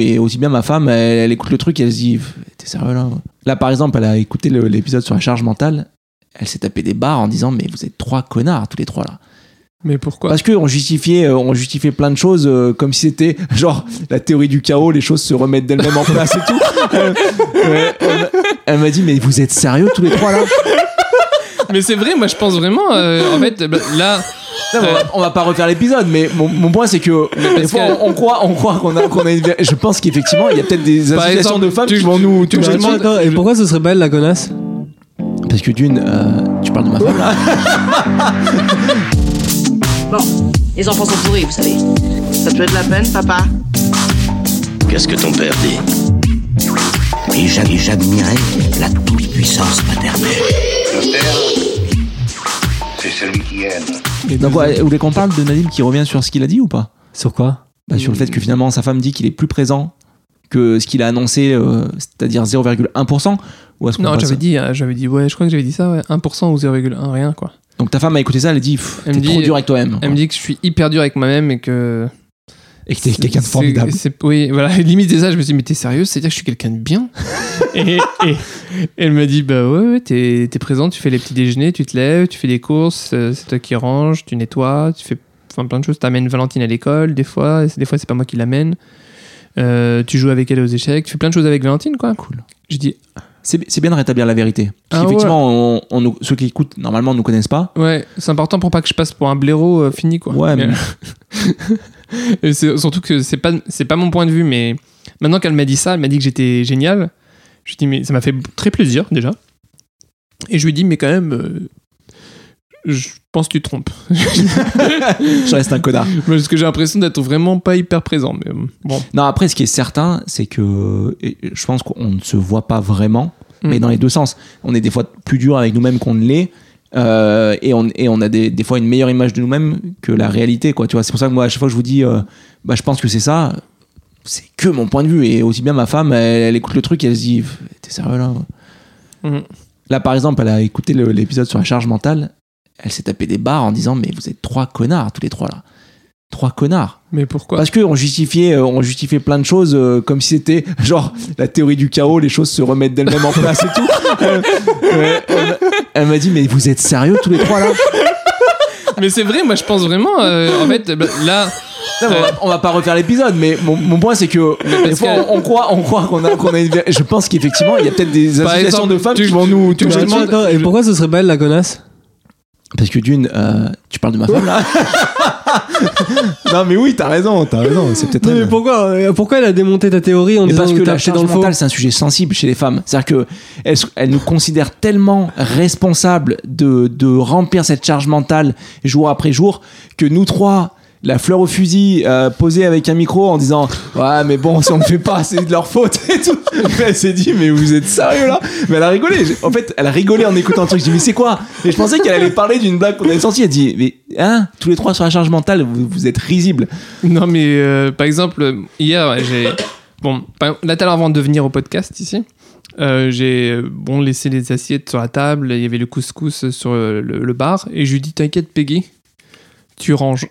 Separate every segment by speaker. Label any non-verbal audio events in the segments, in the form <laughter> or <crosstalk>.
Speaker 1: Et aussi bien ma femme, elle, elle écoute le truc et elle se dit T'es sérieux là Là, par exemple, elle a écouté le- l'épisode sur la charge mentale. Elle s'est tapé des barres en disant Mais vous êtes trois connards, tous les trois là.
Speaker 2: Mais pourquoi
Speaker 1: Parce qu'on justifiait, euh, on justifiait plein de choses euh, comme si c'était <laughs> genre la théorie du chaos, les choses se remettent d'elles-mêmes en place et
Speaker 2: <laughs>
Speaker 1: tout. Euh, ouais, on a- elle m'a dit Mais vous êtes sérieux tous les trois là
Speaker 2: Mais c'est vrai, moi je pense vraiment. euh, en fait, bah, là,
Speaker 1: Non, mais on, va, on va pas refaire l'épisode, mais mon, mon point c'est que des
Speaker 2: parce
Speaker 1: fois,
Speaker 2: que-
Speaker 1: on, on croit, on croit qu'on a, qu'on a une. ver- Je pense qu'effectivement, il y a peut-être des
Speaker 2: Par
Speaker 1: associations
Speaker 2: exemple,
Speaker 1: de femmes
Speaker 2: tu-
Speaker 1: qui vont nous.
Speaker 2: tu-
Speaker 1: nous-
Speaker 2: tu-
Speaker 1: nous-
Speaker 3: Attends, et pourquoi ce serait pas elle la connasse
Speaker 1: Parce que d'une, euh, tu parles de ma femme là.
Speaker 4: Bon, les enfants sont pourris, vous savez. Ça peut être la peine, papa
Speaker 5: Qu'est-ce que ton père dit Et j'a- et j'admirais la toute-puissance paternelle.
Speaker 6: C'est celui qui aime.
Speaker 1: Donc, ouais, vous voulez qu'on parle de Nadim qui revient sur ce qu'il a dit ou pas
Speaker 3: Sur quoi
Speaker 1: Bah, Sur le fait que finalement sa femme dit qu'il est plus présent que ce qu'il a annoncé, euh, c'est-à-dire 0,1%. Ou est-ce qu'on
Speaker 2: non,
Speaker 1: passe-
Speaker 2: j'avais dit, euh, j'avais dit, ouais, je crois que j'avais dit ça, ouais, 1% ou 0,1, rien quoi.
Speaker 1: Donc ta femme a écouté ça, elle a dit Pff,
Speaker 2: Elle
Speaker 1: T'es
Speaker 2: me dit-
Speaker 1: trop dur avec toi-même.
Speaker 2: Elle me dit que je suis hyper dur avec moi-même et que.
Speaker 1: Et que t'es quelqu'un de
Speaker 2: c'est-
Speaker 1: formidable.
Speaker 2: c'est- Oui, voilà, limite des âges, je me suis dit, mais t'es sérieux C'est-à-dire que je suis quelqu'un de bien et, <laughs> et- et elle m'a dit, bah ouais, ouais, t'es t'es présent, tu fais les petits déjeuners, tu te lèves, tu fais des courses, euh, c'est toi qui ranges, tu nettoies, tu fais enfin, plein de choses. T'amènes Valentine à l'école, des fois, et c'est- des fois, c'est pas moi qui l'amène. Euh, tu joues avec elle aux échecs, tu fais plein de choses avec Valentine, quoi. Cool. Je dis,
Speaker 1: C'est c'est bien de rétablir la vérité. Parce
Speaker 2: Ah
Speaker 1: qu'effectivement, on- on nous- ceux qui écoutent normalement ne nous connaissent pas.
Speaker 2: Ouais, c'est important pour pas que je passe pour un blaireau euh, fini quoi.
Speaker 1: Ouais,
Speaker 2: <laughs>
Speaker 1: mais-
Speaker 2: Et c'est- surtout que c'est pas c'est pas mon point de vue, mais maintenant qu'elle m'a dit ça, elle m'a dit que j'étais génial. Je lui dis mais ça m'a fait très plaisir déjà. Et je lui dis mais quand même, euh, je pense que tu te trompes
Speaker 1: Je reste un connard.
Speaker 2: parce que j'ai l'impression d'être vraiment pas hyper présent. Mais euh, bon,
Speaker 1: Non, après, ce qui est certain, c'est que et je pense qu'on ne se voit pas vraiment,
Speaker 2: Mm.
Speaker 1: mais dans les deux sens. On est des fois plus dur avec nous-mêmes qu'on ne l'est. euh, et, on, et on a des, des fois une meilleure image de nous-mêmes que la réalité, quoi. Tu vois, c'est pour ça que moi, à chaque fois que je vous dis, euh, bah, je pense que c'est ça, c'est que mon point de vue. Et aussi bien ma femme, elle, elle écoute le truc et elle se dit, t'es sérieux là
Speaker 2: Mhm.
Speaker 1: Là, par exemple, elle a écouté le- l'épisode sur la charge mentale, elle s'est tapé des barres en disant, mais vous êtes trois connards, tous les trois là. Trois connards.
Speaker 2: mais pourquoi
Speaker 1: Parce qu'on justifiait, euh, on justifiait plein de choses euh, comme si c'était <laughs> genre la théorie du chaos, les choses se remettent d'elles-mêmes en place et tout. Euh, ouais, on a- elle m'a dit, mais vous êtes sérieux tous les trois là
Speaker 2: Mais c'est vrai, moi je pense vraiment. euh, en fait, bah, là,
Speaker 1: Non, mais on, va, on va pas refaire l'épisode, mais mon, mon point c'est que des
Speaker 2: parce
Speaker 1: fois,
Speaker 2: que-
Speaker 1: on, on croit, on croit qu'on a, qu'on a une. ver- Je pense qu'effectivement, il y a peut-être des
Speaker 2: Par
Speaker 1: associations
Speaker 2: exemple,
Speaker 1: de femmes
Speaker 2: tu-
Speaker 1: qui vont nous.
Speaker 2: tu-
Speaker 1: nous-
Speaker 2: tu-
Speaker 3: Attends, attends, et pourquoi ce serait pas elle la connasse
Speaker 1: Parce que d'une, euh, tu parles de ma femme
Speaker 2: <laughs>
Speaker 1: là. non mais oui, t'as raison, t'as raison. C'est peut-être.
Speaker 3: Non
Speaker 1: elle.
Speaker 3: mais pourquoi euh, Pourquoi elle a démonté ta théorie en
Speaker 1: Mais
Speaker 3: disant
Speaker 1: parce que
Speaker 3: que t'as
Speaker 1: la
Speaker 3: acheté
Speaker 1: charge
Speaker 3: dans le faux
Speaker 1: mentale, c'est un sujet sensible chez les femmes. C'est-à-dire qu'elles elles nous considèrent tellement responsables de, de remplir cette charge mentale jour après jour que nous trois, la fleur au fusil, euh, posée avec un micro en disant Ouais, mais bon, si on ne fait pas, c'est de leur faute et tout. Mais elle s'est dit Mais vous êtes sérieux là Mais elle a rigolé. J'ai- En fait, elle a rigolé en écoutant le truc. Je dis Mais c'est quoi Et je pensais qu'elle allait parler d'une blague qu'on avait sortie. Elle dit Mais hein, tous les trois sur la charge mentale, vous, vous êtes risibles.
Speaker 2: Non, mais euh, par exemple, euh, hier, ouais, j'ai. Bon, par exemple, là, tout à l'heure, avant de venir au podcast ici, euh, j'ai euh, bon, laissé les assiettes sur la table, il y avait le couscous sur euh, le, le bar, et je lui dis T'inquiète, Peggy, tu ranges.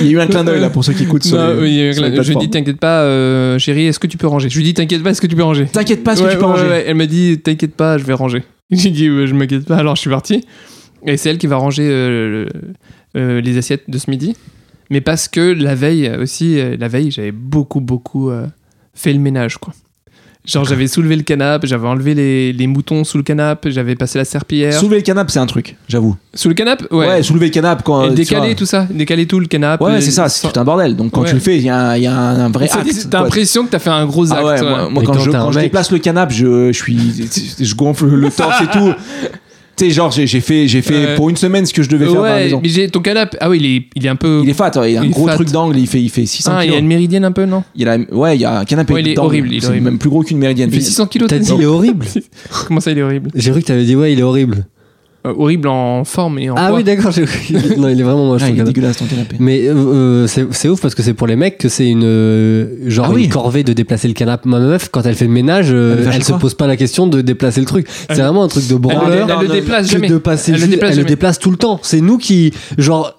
Speaker 1: Il y a eu un clin d'œil là pour ceux qui écoutent. sur
Speaker 2: Non,
Speaker 1: les-
Speaker 2: oui, il y a eu
Speaker 1: sur les
Speaker 2: la- je lui
Speaker 1: plateformes.
Speaker 2: dis T'inquiète pas, euh, chérie, est-ce que tu peux ranger Je lui dis T'inquiète pas, est-ce que tu peux ranger
Speaker 1: T'inquiète pas, Ah, ce que
Speaker 2: Ouais,
Speaker 1: tu peux
Speaker 2: ouais,
Speaker 1: ranger.
Speaker 2: ouais, Elle m'a dit T'inquiète pas, je vais ranger. <laughs> J'ai dit Ouais, Je m'inquiète pas, alors je suis parti. Et c'est elle qui va ranger euh, le- euh, les assiettes de ce midi. Mais parce que la veille euh, aussi, euh, la veille, j'avais beaucoup, beaucoup euh, fait le ménage, quoi. Genre, j'avais soulevé le canapé, j'avais enlevé les, les moutons sous le canapé, j'avais passé la serpillière. Sous,
Speaker 1: Soulever le canapé, c'est un truc, j'avoue.
Speaker 2: le canapé Ouais.
Speaker 1: Ouais. soulever le canapé quand.
Speaker 2: Et
Speaker 1: tu
Speaker 2: décaler
Speaker 1: vois.
Speaker 2: tout ça, décaler tout le canapé.
Speaker 1: Ouais, ouais, c'est ça, c'est tout un bordel. Donc quand
Speaker 2: Ouais.
Speaker 1: tu le fais, il y, a un- il y a un un vrai
Speaker 2: Ça dit,
Speaker 1: acte.
Speaker 2: T'as
Speaker 1: quoi.
Speaker 2: l'impression que t'as fait un gros acte.
Speaker 1: Ah ouais,
Speaker 2: ouais.
Speaker 1: moi, moi,
Speaker 3: Mais
Speaker 1: quand,
Speaker 3: quand
Speaker 1: je,
Speaker 3: t'es un
Speaker 1: quand je
Speaker 3: mec-
Speaker 1: déplace le canapé, je, je suis, je gonfle le torse et
Speaker 2: <laughs>
Speaker 1: tout. Tu sais, genre, j'ai j'ai fait, j'ai fait
Speaker 2: Ouais.
Speaker 1: pour une semaine ce que je devais faire dans la
Speaker 2: Ouais,
Speaker 1: maison.
Speaker 2: mais j'ai ton canapé. Ah oui, il est, il est un peu.
Speaker 1: Il est fat, ouais, il a un
Speaker 2: il est
Speaker 1: gros
Speaker 2: fat.
Speaker 1: truc d'angle, il fait, il fait 600
Speaker 2: Ah, il y a
Speaker 1: kilos.
Speaker 2: une méridienne un peu, non
Speaker 1: Il a, ouais, il y a un canapé
Speaker 2: Ouais, il est
Speaker 1: d'angle.
Speaker 2: horrible, il est
Speaker 1: C'est
Speaker 2: horrible.
Speaker 1: même plus gros qu'une méridienne.
Speaker 2: Il fait 600 kilos, oh,
Speaker 3: T'as dit il
Speaker 1: <laughs>
Speaker 3: est horrible
Speaker 2: Comment ça, il est horrible
Speaker 3: J'ai cru que t'avais dit ouais il est horrible.
Speaker 2: Euh, Horrible en forme et en
Speaker 3: Ah
Speaker 2: poids.
Speaker 3: oui d'accord, j'ai cru.
Speaker 1: <laughs>
Speaker 3: Non il est vraiment moche.
Speaker 1: Ah,
Speaker 3: ton
Speaker 1: il est
Speaker 3: canapé.
Speaker 1: dégueulasse ton canapé.
Speaker 3: Mais euh, euh, c'est c'est ouf parce que c'est pour les mecs que c'est une euh, genre
Speaker 1: Ah oui.
Speaker 3: une corvée de déplacer le canapé. Ma meuf quand elle fait le ménage, euh,
Speaker 1: Elle va
Speaker 3: elle,
Speaker 1: faire chez
Speaker 3: se
Speaker 1: toi
Speaker 3: pose pas la question de déplacer le truc. C'est vraiment un truc de
Speaker 2: elle, le-
Speaker 3: branleur.
Speaker 2: elle le
Speaker 1: non,
Speaker 2: déplace
Speaker 3: que
Speaker 2: jamais.
Speaker 3: de passer
Speaker 2: elle le
Speaker 3: juste-
Speaker 2: déplace
Speaker 3: elle le
Speaker 2: jamais.
Speaker 3: déplace tout le temps. C'est nous qui genre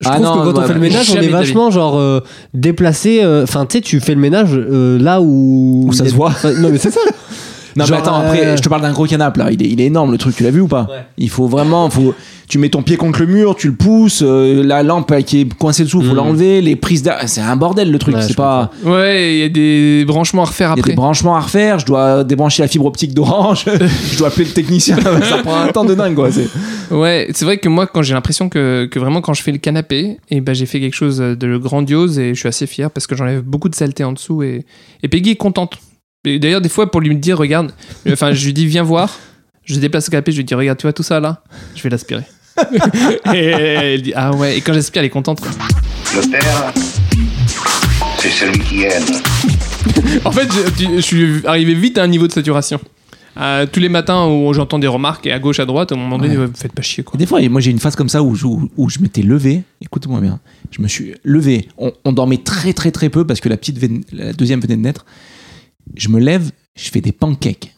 Speaker 3: Je
Speaker 1: Ah
Speaker 3: trouve
Speaker 1: non,
Speaker 3: que quand
Speaker 1: ouais,
Speaker 3: on fait le
Speaker 1: bah,
Speaker 3: ménage, on
Speaker 2: jamais
Speaker 3: est
Speaker 2: de la vie.
Speaker 3: vachement genre euh, déplacé. euh, Enfin, tu sais, tu fais le ménage euh, là où.
Speaker 1: Où ça
Speaker 3: il y a-
Speaker 1: se voit.
Speaker 3: Enfin, Non,
Speaker 1: <laughs>
Speaker 3: mais c'est ça.
Speaker 1: Non
Speaker 3: Genre,
Speaker 1: mais attends,
Speaker 3: euh,
Speaker 1: après, je te parle d'un gros canapé là. Il est, il est énorme le truc, tu l'as vu ou pas Il faut vraiment, faut, tu mets ton pied contre le mur, tu le pousses, euh, la lampe euh, qui est coincée dessous, faut
Speaker 3: Mhm.
Speaker 1: l'enlever, les prises d'air, c'est un bordel le truc.
Speaker 3: Ouais,
Speaker 1: c'est
Speaker 3: je
Speaker 1: pas,
Speaker 2: Ouais, il y a des branchements à refaire
Speaker 1: il y a
Speaker 2: après.
Speaker 1: des branchements à refaire. Je dois débrancher la fibre optique d'Orange. <laughs> je dois appeler le technicien. <laughs> ça prend un temps de dingue quoi. c'est-
Speaker 2: Ouais, c'est vrai que moi, quand j'ai l'impression que, que vraiment, quand je fais le canapé, et ben, j'ai fait quelque chose de grandiose et je suis assez fier parce que j'enlève beaucoup de saleté en dessous et, et Peggy est contente. Et d'ailleurs, des fois, pour lui dire, regarde, euh, enfin, je lui dis, viens voir, je déplace le canapé, je lui dis, regarde, tu vois tout ça là Je vais l'aspirer. <laughs> et elle dit, ah ouais, et quand j'aspire, elle est contente. quoi.
Speaker 6: Le père, c'est celui qui aide.
Speaker 2: En fait, je, tu- je suis arrivé vite à un niveau de saturation. Euh, tous les matins où j'entends des remarques et à gauche, à droite, à un moment donné, faites pas chier quoi.
Speaker 1: Des fois, moi j'ai une phase comme ça où je, où- où je m'étais levé. Écoute-moi bien. Je me suis levé. On, on dormait très très très peu parce que la petite, venait- la deuxième venait de naître. Je me lève, je fais des pancakes.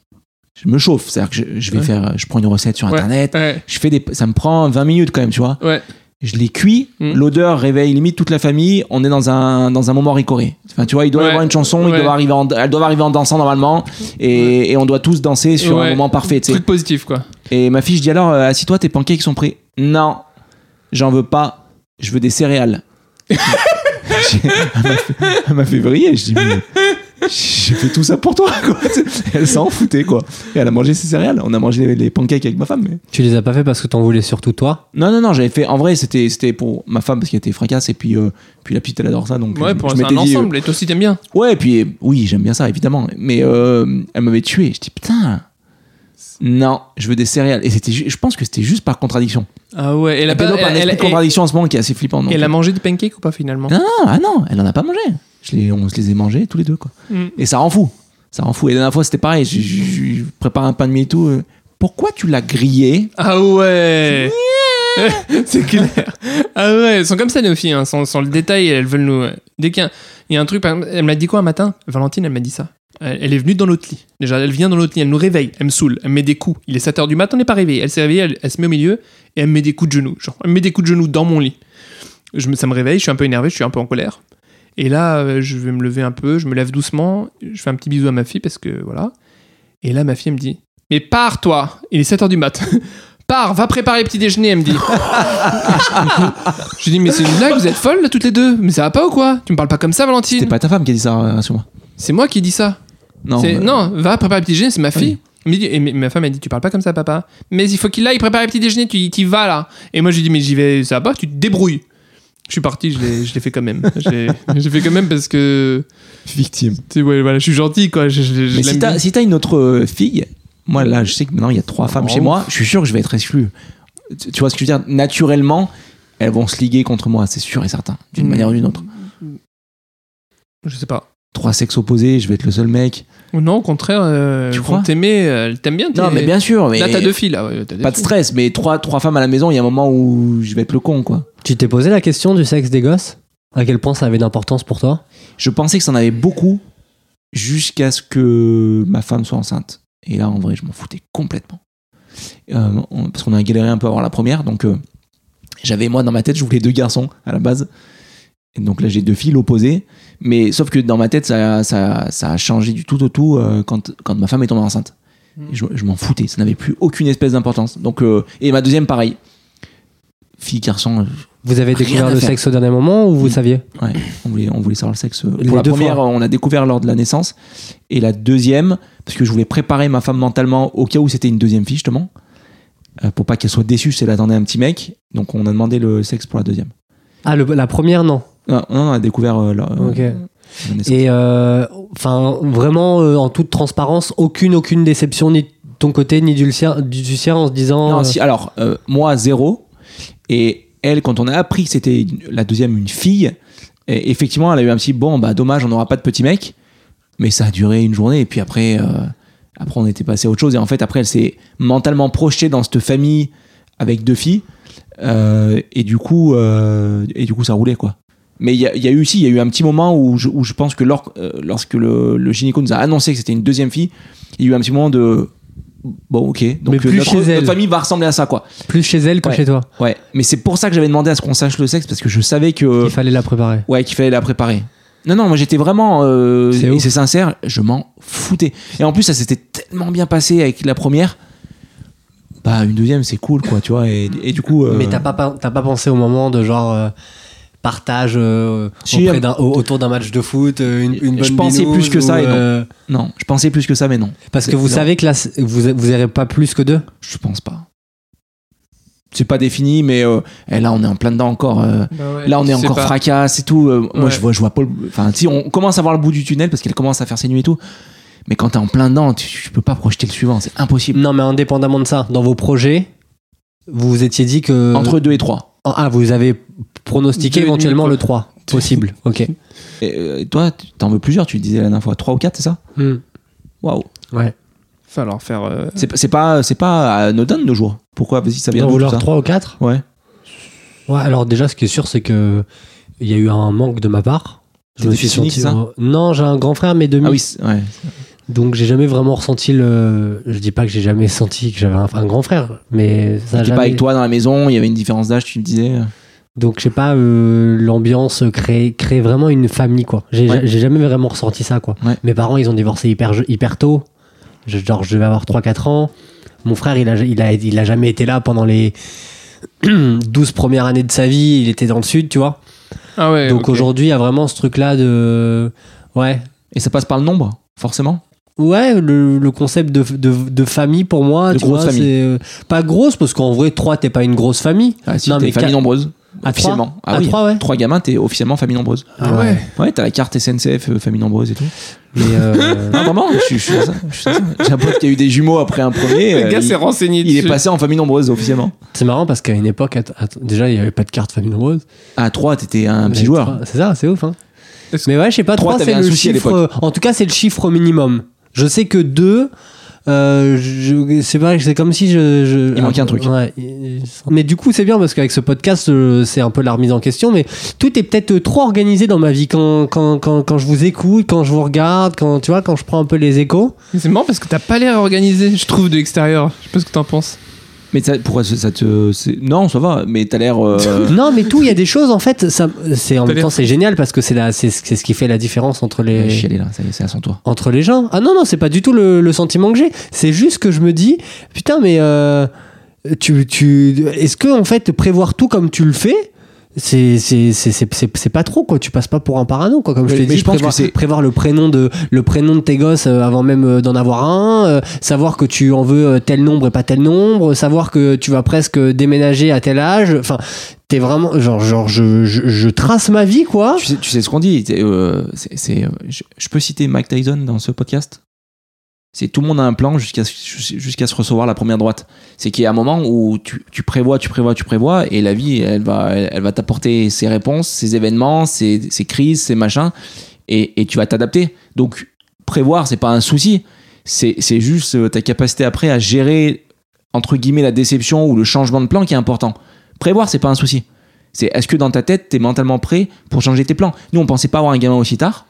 Speaker 1: Je me chauffe, c'est-à-dire que je, je vais
Speaker 2: Ouais.
Speaker 1: faire, je prends une recette sur
Speaker 2: Ouais,
Speaker 1: internet.
Speaker 2: Ouais,
Speaker 1: Je fais des, ça me prend 20 minutes quand même, tu vois.
Speaker 2: ouais.
Speaker 1: Je les cuis.
Speaker 2: Mhm.
Speaker 1: L'odeur réveille limite toute la famille. On est dans un dans un moment ricoré. Enfin, tu vois, il doit y
Speaker 2: Ouais.
Speaker 1: avoir une chanson. Ils
Speaker 2: Ouais.
Speaker 1: doivent arriver, en, elles doivent arriver en dansant normalement. Et, et on doit tous danser sur un
Speaker 2: Ouais.
Speaker 1: moment parfait. tu sais.
Speaker 2: Truc positif quoi.
Speaker 1: Et ma fille, je dis alors, euh, assis-toi, tes pancakes sont prêts. Non, j'en veux pas. Je veux des <laughs> céréales. J'ai- elle m'a fait- elle m'a fait vriller. Je dis, mais j'ai fait tout ça pour toi. Quoi. <laughs> Elle s'en foutait, quoi. Et elle a mangé ses céréales. On a mangé les, les pancakes avec ma femme. Mais...
Speaker 3: Tu les as pas fait parce que t'en voulais surtout toi.
Speaker 1: Non, non, non, j'avais fait. En vrai, c'était c'était pour ma femme parce qu'elle était fracasse. Et puis, euh, puis la petite, elle adore ça. Donc,
Speaker 2: Ouais,
Speaker 1: je-
Speaker 2: pour
Speaker 1: je
Speaker 2: l'instant, un
Speaker 1: m'étais dit, euh,
Speaker 2: ensemble, et toi aussi t'aimes bien.
Speaker 1: Ouais, et puis euh, oui, j'aime bien ça, évidemment. Mais euh, elle m'avait tué. Je dis putain. Non, je veux des céréales. Et c'était, ju- je pense que c'était juste par contradiction.
Speaker 2: Ah ouais, elle a
Speaker 1: Elle
Speaker 2: pas.
Speaker 1: développe un
Speaker 2: Elle,
Speaker 1: esprit de contradiction en ce moment qui est assez flippant. donc.
Speaker 2: elle a mangé des pancakes ou pas finalement
Speaker 1: Non, non, ah non, elle en a pas mangé. Je l'ai- on se les a mangés tous les deux quoi.
Speaker 2: Mm.
Speaker 1: Et ça rend fou. Ça rend fou. Et la dernière fois c'était pareil. Je, je- je prépare un pain de mie et tout. euh, Pourquoi tu l'as grillé
Speaker 2: Ah <laughs> ouais C'est clair. Ah ouais, elles sont comme ça nos filles, hein. sans, sans le détail, elles veulent nous. euh, Dès qu'il y a, il y a un truc, par exemple, elle m'a dit quoi un matin Valentine, elle m'a dit ça. Euh, Elle, elle est venue dans notre lit. Déjà, elle vient dans notre lit, elle nous réveille, elle me saoule, elle me met des coups. Il est 7h du matin, on n'est pas réveillé. Elle s'est réveillée, elle, elle se met au milieu et elle me met des coups de genoux. Genre, elle me met des coups de genoux dans mon lit. Je me, ça me réveille, je suis un peu énervé, je suis un peu en colère. Et là, euh, je vais me lever un peu, je me lève doucement, je fais un petit bisou à ma fille parce que voilà. Et là, ma fille elle me dit Mais pars, toi Il est 7h du mat. Pars, va préparer le petit déjeuner, elle me dit. <laughs> je dis Mais c'est une blague, vous êtes folles là, toutes les deux Mais ça va pas ou quoi Tu me parles pas comme ça, Valentine
Speaker 1: C'était pas ta femme qui a dit ça, euh, rassure-moi.
Speaker 2: C'est moi qui dis ça.
Speaker 1: Non.
Speaker 2: C'est-
Speaker 1: euh,
Speaker 2: Non, va préparer le petit déjeuner, c'est ma fille. Elle me dit- Et ma femme, elle dit Tu parles pas comme ça, papa. Mais il faut qu'il aille préparer le petit déjeuner, tu y- tu y vas là. Et moi, je lui dis Mais j'y vais, ça va pas, tu te débrouilles. Je suis parti, je l'ai je l'ai fait
Speaker 1: <laughs>
Speaker 2: quand même. Je l'ai je l'ai fait quand même parce que.
Speaker 1: Victime.
Speaker 2: tu sais, ouais, voilà, je suis gentil, quoi. Je, je- je
Speaker 1: Mais
Speaker 2: l'aime
Speaker 1: si
Speaker 2: bien.
Speaker 1: t'as si t'as une autre euh, fille, moi là, je sais que maintenant il y a trois femmes
Speaker 2: Oh.
Speaker 1: chez moi, je suis sûr que je vais être exclu. Tu tu vois ce que je veux dire Naturellement, elles vont se liguer contre moi, c'est sûr et certain, d'une
Speaker 2: Mm.
Speaker 1: manière ou d'une autre.
Speaker 2: Je sais pas.
Speaker 1: Trois sexes opposés, je vais être le seul mec.
Speaker 2: Ou Non, au contraire, euh,
Speaker 1: Tu
Speaker 2: vont
Speaker 1: crois
Speaker 2: t'aimer, euh, elles t'aiment bien.
Speaker 1: Non,
Speaker 2: t'es-
Speaker 1: mais bien sûr, mais
Speaker 2: Là, t'as deux filles, là. ouais, t'as deux
Speaker 1: pas de
Speaker 2: filles.
Speaker 1: stress, mais trois, trois femmes à la maison, il y a un moment où je vais être le con, quoi.
Speaker 3: Tu t'es posé la question du sexe des gosses À quel point ça avait d'importance pour toi
Speaker 1: Je pensais que ça en avait beaucoup jusqu'à ce que ma femme soit enceinte. Et là, en vrai, je m'en foutais complètement. Euh, on- parce qu'on a galéré un peu avant la première, donc euh, j'avais moi dans ma tête, je voulais deux garçons à la base. Et donc là, j'ai deux filles opposées. Mais sauf que dans ma tête, ça, ça, ça a changé du tout au tout euh, quand, quand ma femme est tombée enceinte. Et Je, je m'en foutais, ça n'avait plus aucune espèce d'importance. Donc, euh, et ma deuxième, pareil. Fille, garçon, euh,
Speaker 3: Vous avez
Speaker 1: Rien
Speaker 3: découvert
Speaker 1: à
Speaker 3: le
Speaker 1: faire.
Speaker 3: sexe au dernier moment ou vous
Speaker 1: Mm.
Speaker 3: saviez
Speaker 1: Ouais, on voulait, on voulait savoir le sexe. euh, Pour
Speaker 3: Les
Speaker 1: la
Speaker 3: deux
Speaker 1: première,
Speaker 3: fois.
Speaker 1: on a découvert lors de la naissance. Et la deuxième, parce que je voulais préparer ma femme mentalement au cas où c'était une deuxième fille, justement, euh, pour pas qu'elle soit déçue si elle attendait un petit mec. Donc on a demandé le sexe pour la deuxième.
Speaker 3: Ah, le- la première, non.
Speaker 1: Non, non, on a découvert euh, la, euh,
Speaker 3: Ok.
Speaker 1: la naissance.
Speaker 3: Et euh, enfin, vraiment, euh, en toute transparence, aucune, aucune déception ni de ton côté ni du sien, du, du sien en se disant.
Speaker 1: Non,
Speaker 3: euh,
Speaker 1: si, alors, euh, moi, zéro. Et elle, quand on a appris que c'était une- la deuxième, une fille, et effectivement, elle a eu un petit bon, bah dommage, on n'aura pas de petit mec. Mais ça a duré une journée, et puis après, euh, après on était passé à autre chose. Et en fait, après, elle s'est mentalement projetée dans cette famille avec deux filles. Euh, et, du coup, euh, et du coup, ça roulait, quoi. Mais il y, a- il y a eu aussi, il y a eu un petit moment où je, où je pense que lors- euh, lorsque le, le gynéco nous a annoncé que c'était une deuxième fille, il y a eu un petit moment de bon, ok. Donc
Speaker 3: Mais
Speaker 1: euh,
Speaker 3: plus
Speaker 1: notre,
Speaker 3: chez
Speaker 1: notre
Speaker 3: elle.
Speaker 1: famille va ressembler à ça, quoi.
Speaker 3: Plus chez elle que
Speaker 1: Ouais.
Speaker 3: chez toi.
Speaker 1: Ouais. Mais c'est pour ça que j'avais demandé à ce qu'on sache le sexe parce que je savais que
Speaker 3: Il fallait la préparer.
Speaker 1: ouais qu'il fallait la préparer. Non, non, moi j'étais vraiment euh,
Speaker 3: C'est
Speaker 1: et
Speaker 3: ouf.
Speaker 1: c'est sincère, je m'en foutais. Et en plus, ça s'était tellement bien passé avec la première. Bah, une deuxième, c'est cool, quoi, tu vois. Et, et du coup, euh,
Speaker 3: Mais t'as pas, pas- t'as pas pensé au moment de genre euh, partage euh,
Speaker 1: Si,
Speaker 3: auprès
Speaker 1: euh,
Speaker 3: d'un- au- autour d'un match de foot, euh, une, une bonne
Speaker 1: Je pensais plus
Speaker 3: binouse
Speaker 1: que ça
Speaker 3: ou,
Speaker 1: et non.
Speaker 3: euh,
Speaker 1: non, je pensais plus que ça, mais non,
Speaker 3: parce que vous
Speaker 1: Non.
Speaker 3: savez que là, c'est- vous, vous irez pas plus que deux.
Speaker 1: je pense pas. C'est pas défini, mais euh, eh, là, on est en plein dedans encore. euh, Là, on est encore fracas et tout. Euh, Moi,
Speaker 2: Ouais.
Speaker 1: je vois, je vois pas. le- Enfin, si on commence à voir le bout du tunnel parce qu'elle commence à faire ses nuits et tout. Mais quand t'es en plein dedans, tu, tu peux pas projeter le suivant, c'est impossible.
Speaker 3: Non, mais indépendamment de ça, dans vos projets, vous vous étiez dit que.
Speaker 1: Entre 2 et 3.
Speaker 3: Ah, vous avez pronostiqué
Speaker 2: Deux et demi,
Speaker 3: éventuellement
Speaker 2: quoi.
Speaker 3: le 3. Possible, ok.
Speaker 1: Et, euh, toi, tu- t'en veux plusieurs, tu le disais la dernière fois. 3 ou 4, c'est ça
Speaker 3: Hmm.
Speaker 1: Waouh.
Speaker 3: Ouais.
Speaker 2: Falloir faire. euh,
Speaker 1: C'est pas- c'est pas, c'est pas anodin de nos jours. Pourquoi Vas-y, ça vient
Speaker 3: D'en
Speaker 1: d'où tout
Speaker 3: vouloir
Speaker 1: ça
Speaker 3: 3 ou 4
Speaker 1: Ouais.
Speaker 3: Ouais, alors déjà, ce qui est sûr, c'est que il y a eu un manque de ma part.
Speaker 1: T'es fils unique, ça
Speaker 3: euh, Non, j'ai un grand frère, mais demi.
Speaker 1: Ah oui, c'est- ouais.
Speaker 3: Donc j'ai jamais vraiment ressenti le. Je dis pas que j'ai jamais senti que j'avais un, un grand frère, mais ça. a
Speaker 1: T'étais
Speaker 3: Jamais...
Speaker 1: pas avec toi dans la maison, il y avait une différence d'âge, tu me disais.
Speaker 3: Donc je sais pas, euh, l'ambiance crée, crée vraiment une famille quoi. J'ai
Speaker 1: Ouais.
Speaker 3: j'ai jamais vraiment ressenti ça quoi.
Speaker 1: Ouais.
Speaker 3: Mes parents ils ont divorcé hyper, je- hyper tôt. Je- genre je devais avoir 3-4 ans. Mon frère il a, il, a, il a jamais été là pendant les <clears throat> 12 premières années de sa vie. Il était dans le sud tu vois.
Speaker 2: Ah ouais.
Speaker 3: Donc
Speaker 2: ok.
Speaker 3: aujourd'hui il y a vraiment ce truc là de... Ouais.
Speaker 1: Et ça passe par le nombre, forcément.
Speaker 3: Ouais, le, le concept de, de, de famille pour moi,
Speaker 1: De
Speaker 3: tu
Speaker 1: grosse
Speaker 3: vois,
Speaker 1: famille.
Speaker 3: c'est euh, pas grosse parce qu'en vrai 3 t'es pas une grosse famille.
Speaker 1: Ah, si
Speaker 3: Non,
Speaker 1: t'es
Speaker 3: mais
Speaker 1: famille
Speaker 3: quatre-
Speaker 1: nombreuse.
Speaker 3: À
Speaker 1: officiellement. Ah
Speaker 3: 3 à 3 ouais.
Speaker 1: Trois gamins, t'es officiellement famille nombreuse.
Speaker 2: Ah ouais.
Speaker 1: Ouais, t'as la carte SNCF, euh, famille nombreuse et tout.
Speaker 3: Mais,
Speaker 1: <laughs>
Speaker 3: euh,
Speaker 1: Non, vraiment, je suis, je suis sincère, je suis sincère. J'ai un pote qui a eu des jumeaux après un premier.
Speaker 2: Le
Speaker 3: <laughs>
Speaker 1: euh,
Speaker 2: gars
Speaker 1: il-
Speaker 2: s'est renseigné
Speaker 1: il est
Speaker 2: dessus.
Speaker 1: passé en famille nombreuse officiellement.
Speaker 3: C'est marrant parce qu'à une époque, att- att- déjà, il n'y avait pas de carte famille nombreuse.
Speaker 1: À 3, t'étais un
Speaker 3: Mais
Speaker 1: petit joueur.
Speaker 3: trois- C'est ça, c'est ouf. Hein.
Speaker 2: Est-ce-
Speaker 3: Mais ouais, je sais pas,
Speaker 1: Trois,
Speaker 3: 3,
Speaker 1: t'avais
Speaker 3: c'est
Speaker 1: un
Speaker 3: le
Speaker 1: souci à
Speaker 3: chiffre. euh,
Speaker 1: l'époque.
Speaker 3: En tout cas, c'est le chiffre minimum. Je sais que 2, c'est pareil, c'est comme si je. je- Ah,
Speaker 1: Il manquait un truc.
Speaker 3: Ouais. il- Mais du coup, c'est bien parce qu'avec ce podcast, euh, c'est un peu la remise en question. Mais tout est peut-être euh, trop organisé dans ma vie. Quand, quand, quand, quand je vous écoute, quand je vous regarde, quand, tu vois, quand je prends un peu les échos.
Speaker 2: Mais C'est marrant parce que t'as pas l'air organisé, je trouve, de l'extérieur. Je sais pas ce que t'en penses.
Speaker 1: Mais ça, pourquoi ça, ça te. c'est- Non, ça va, mais t'as l'air.
Speaker 3: <laughs>
Speaker 1: euh,
Speaker 3: Non, mais tout, il y a des choses, en fait. Ça, c'est, en
Speaker 2: T'as
Speaker 3: même temps, c'est génial parce que c'est, la, c'est, c'est ce qui fait la différence entre
Speaker 1: Je vais
Speaker 3: les.
Speaker 1: chialer là, ça y est, c'est à son tour.
Speaker 3: entre les gens. Ah non, non, c'est pas du tout le, le sentiment que j'ai. C'est juste que je me dis, putain, mais euh, tu, tu, est-ce que, en fait, prévoir tout comme tu le fais, c'est c'est- c'est- c'est- c'est- c'est pas trop, quoi. Tu passes pas pour un parano, quoi. Comme je
Speaker 1: Mais-
Speaker 3: t'ai
Speaker 1: mais
Speaker 3: dit,
Speaker 1: je pense que
Speaker 3: prévoir,
Speaker 1: c'est-
Speaker 3: prévoir le, prénom de, le prénom de tes gosses euh, avant même euh, d'en avoir un, euh, savoir que tu en veux euh, tel nombre et pas tel nombre, savoir que tu vas presque déménager à tel âge. Enfin, t'es vraiment. Genre, genre je, je, je trace ma vie, quoi.
Speaker 1: Tu sais, tu sais ce qu'on dit. t'es, euh, c'est- c'est, euh, je, je peux citer Mike Tyson dans ce podcast C'est tout le monde a un plan jusqu'à jusqu'à se recevoir la première droite. C'est qu'il y a un moment où tu, tu prévois, tu prévois, tu prévois, et la vie, elle va, elle, elle va t'apporter ses réponses, ses événements, ses, ses crises, ses machins, et, et tu vas t'adapter. Donc, prévoir, c'est pas un souci. C'est c'est juste euh, ta capacité après à gérer, entre guillemets, la déception ou le changement de plan qui est important. Prévoir, c'est pas un souci. C'est est-ce que dans ta tête, t'es mentalement prêt pour changer tes plans Nous, on pensait pas avoir un gamin aussi tard,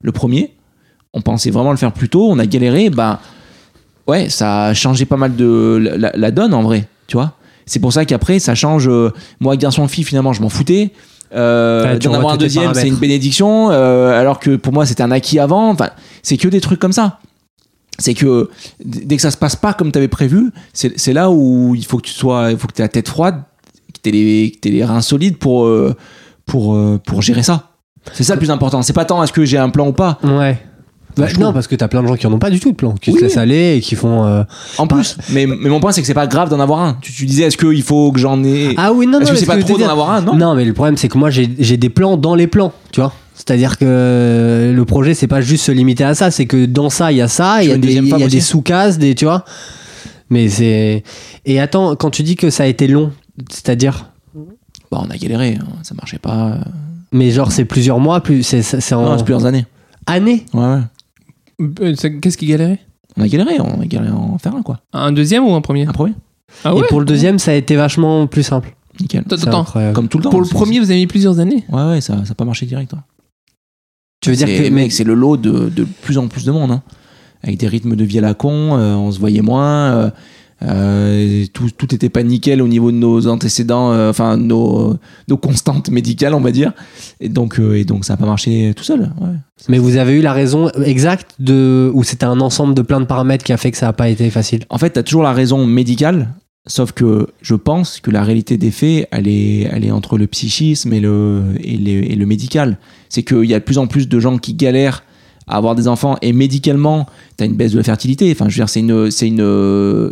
Speaker 1: le premier. On pensait vraiment le faire plus tôt. On a galéré. Bah, ouais, ça a changé pas mal de la, la- la donne en vrai, tu vois. C'est pour ça qu'après, ça change. euh, moi, garçon, fille, finalement, je m'en foutais. Euh,
Speaker 3: Ouais, tu
Speaker 1: D'en avoir
Speaker 3: revois
Speaker 1: un
Speaker 3: tous tes
Speaker 1: deuxième, c'est une
Speaker 3: paramètres.
Speaker 1: bénédiction. euh, alors que pour moi, c'était un acquis avant. Enfin, c'est que des trucs comme ça. C'est que d- dès que ça se passe pas comme t'avais prévu, c'est c'est là où il faut que tu sois, il faut que t'aies la tête froide, que t'aies les, que t'aies les reins solides pour, euh, pour, euh, pour gérer ça. C'est ça le plus important. C'est pas tant est-ce que j'ai un plan ou pas.
Speaker 3: Ouais. Bah,
Speaker 1: Je
Speaker 3: non,
Speaker 1: trouve.
Speaker 3: parce que t'as plein de gens qui en ont pas du tout de plan, qui
Speaker 1: Oui.
Speaker 3: se laissent aller et qui font. euh,
Speaker 1: En plus, mais, mais mon point c'est que c'est pas grave d'en avoir un. Tu, tu disais est-ce qu'il faut que j'en ai.
Speaker 3: Ah oui, non, non,
Speaker 1: est-ce que
Speaker 3: mais
Speaker 1: c'est
Speaker 3: ce
Speaker 1: pas
Speaker 3: que je
Speaker 1: trop
Speaker 3: veux
Speaker 1: d'en
Speaker 3: dire-
Speaker 1: avoir un Non.
Speaker 3: non. mais le problème, c'est que moi, j'ai j'ai des plans dans les plans, tu vois. C'est-à-dire que le projet, c'est pas juste se limiter à ça, c'est que dans ça, il y a ça, il y
Speaker 1: veux
Speaker 3: a
Speaker 1: une
Speaker 3: des,
Speaker 1: deuxième
Speaker 3: il y a
Speaker 1: femme
Speaker 3: des
Speaker 1: aussi
Speaker 3: sous-cases, des, tu vois. Mais c'est. Et attends, quand tu dis que ça a été long, c'est-à-dire.
Speaker 1: Bah, on a galéré, hein. ça marchait pas.
Speaker 3: Mais genre, c'est plusieurs mois, plus c'est c'est- c'est en
Speaker 1: Non, c'est plusieurs années.
Speaker 3: années.
Speaker 1: Ouais, ouais.
Speaker 2: Euh, ça- Qu'est-ce qui galérait
Speaker 1: On a galéré, on a galéré à en faire un quoi.
Speaker 2: Un deuxième ou un premier
Speaker 1: Un premier,
Speaker 2: Ah ouais
Speaker 3: et pour le deuxième, ça a été vachement plus simple.
Speaker 1: nickel.
Speaker 2: Attends,
Speaker 3: C'est
Speaker 2: attends.
Speaker 3: incroyable.
Speaker 1: Comme tout le temps.
Speaker 2: Pour le
Speaker 1: c'est-
Speaker 2: premier, vous avez mis plusieurs années.
Speaker 1: Ouais, ouais, ça, ça a pas marché direct. hein. ouais.
Speaker 3: Tu veux dire
Speaker 1: C'est-
Speaker 3: que.
Speaker 1: mec, c'est le lot de, de plus en plus de monde. hein. avec des rythmes de vie à la con, euh, on se voyait moins. euh, euh, tout, tout était pas nickel au niveau de nos antécédents, euh, enfin nos, nos constantes médicales, on va dire. Et donc, euh, et donc ça n'a pas marché tout seul. ouais.
Speaker 3: Mais vous avez eu la raison exacte de où c'était un ensemble de plein de paramètres qui a fait que ça n'a pas été facile.
Speaker 1: En fait, tu as toujours la raison médicale, sauf que je pense que la réalité des faits, elle est, elle est entre le psychisme et le, et les- et le médical. C'est qu'il y a de plus en plus de gens qui galèrent à avoir des enfants et médicalement, tu as une baisse de la fertilité. Enfin, je veux dire, c'est une, c'est une, euh,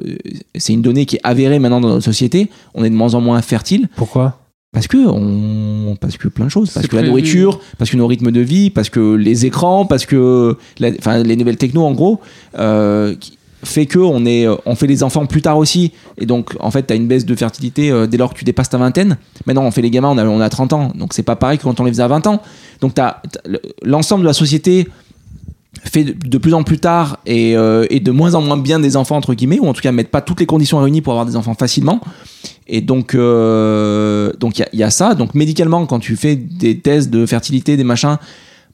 Speaker 1: c'est une donnée qui est avérée maintenant dans notre société. On est de moins en moins fertile.
Speaker 3: Pourquoi
Speaker 1: Parce que, on, parce que plein de choses. Parce
Speaker 2: C'est
Speaker 1: que la
Speaker 2: prévu.
Speaker 1: nourriture, parce que nos rythmes de vie, parce que les écrans, parce que la- enfin, les nouvelles techno, en gros, euh, qui fait que on, est, on fait les enfants plus tard aussi. Et donc, en fait, tu as une baisse de fertilité euh, dès lors que tu dépasses ta vingtaine. Maintenant, on fait les gamins, on a, on a 30 ans. Donc, c'est pas pareil que quand on les faisait à 20 ans. Donc, t'as- t'as- le- l'ensemble de la société fait de, de plus en plus tard et, euh, et de moins en moins bien des enfants, entre guillemets, ou en tout cas, mettent pas toutes les conditions réunies pour avoir des enfants facilement. Et donc, euh, donc il y a- il y, a ça. Donc médicalement, quand tu fais des tests de fertilité, des machins,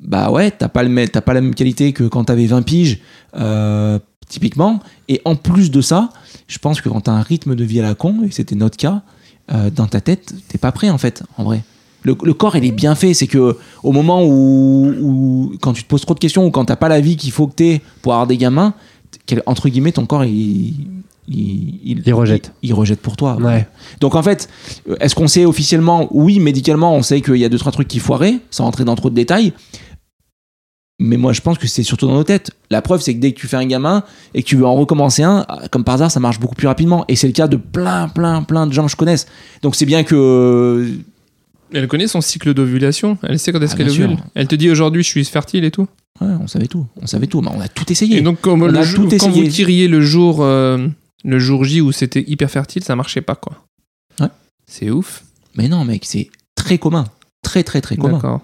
Speaker 1: bah ouais, t'as pas le mê- t'as pas la même qualité que quand t'avais 20 piges, euh, typiquement. Et en plus de ça, je pense que quand t'as un rythme de vie à la con, et c'était notre cas, euh, dans ta tête, t'es pas prêt en fait, en vrai. Le, le corps, il est bien fait. C'est que au moment où, où- quand tu te poses trop de questions ou quand t'as pas la vie qu'il faut que t'aies pour avoir des gamins, quel- entre guillemets, ton corps, il, il,
Speaker 3: Il rejette.
Speaker 1: Il, il rejette pour toi.
Speaker 3: Ouais.
Speaker 1: Donc en fait, euh, est-ce qu'on sait officiellement Oui, médicalement, on sait qu'il y a deux trois trucs qui foiraient, sans rentrer dans trop de détails. Mais moi, je pense que c'est surtout dans nos têtes. La preuve, c'est que dès que tu fais un gamin et que tu veux en recommencer un, ah, comme par hasard, ça marche beaucoup plus rapidement. Et c'est le cas de plein, plein, plein de gens que je connaisse. Donc c'est bien que euh,
Speaker 2: Elle connaît son cycle d'ovulation. Elle sait quand est-ce
Speaker 1: Ah,
Speaker 2: qu'elle
Speaker 1: bien
Speaker 2: ovule.
Speaker 1: sûr.
Speaker 2: Elle te dit aujourd'hui je suis fertile et tout.
Speaker 1: ouais, on savait tout, on savait tout. Mais on a tout essayé.
Speaker 2: Et donc comme
Speaker 1: On
Speaker 2: le
Speaker 1: a
Speaker 2: jour-
Speaker 1: tout
Speaker 2: quand
Speaker 1: essayé.
Speaker 2: vous tiriez le jour, euh, le jour J où c'était hyper fertile, ça marchait pas quoi.
Speaker 1: Ouais.
Speaker 2: C'est ouf.
Speaker 1: Mais non, mec, c'est très commun, très, très, très commun.
Speaker 2: D'accord.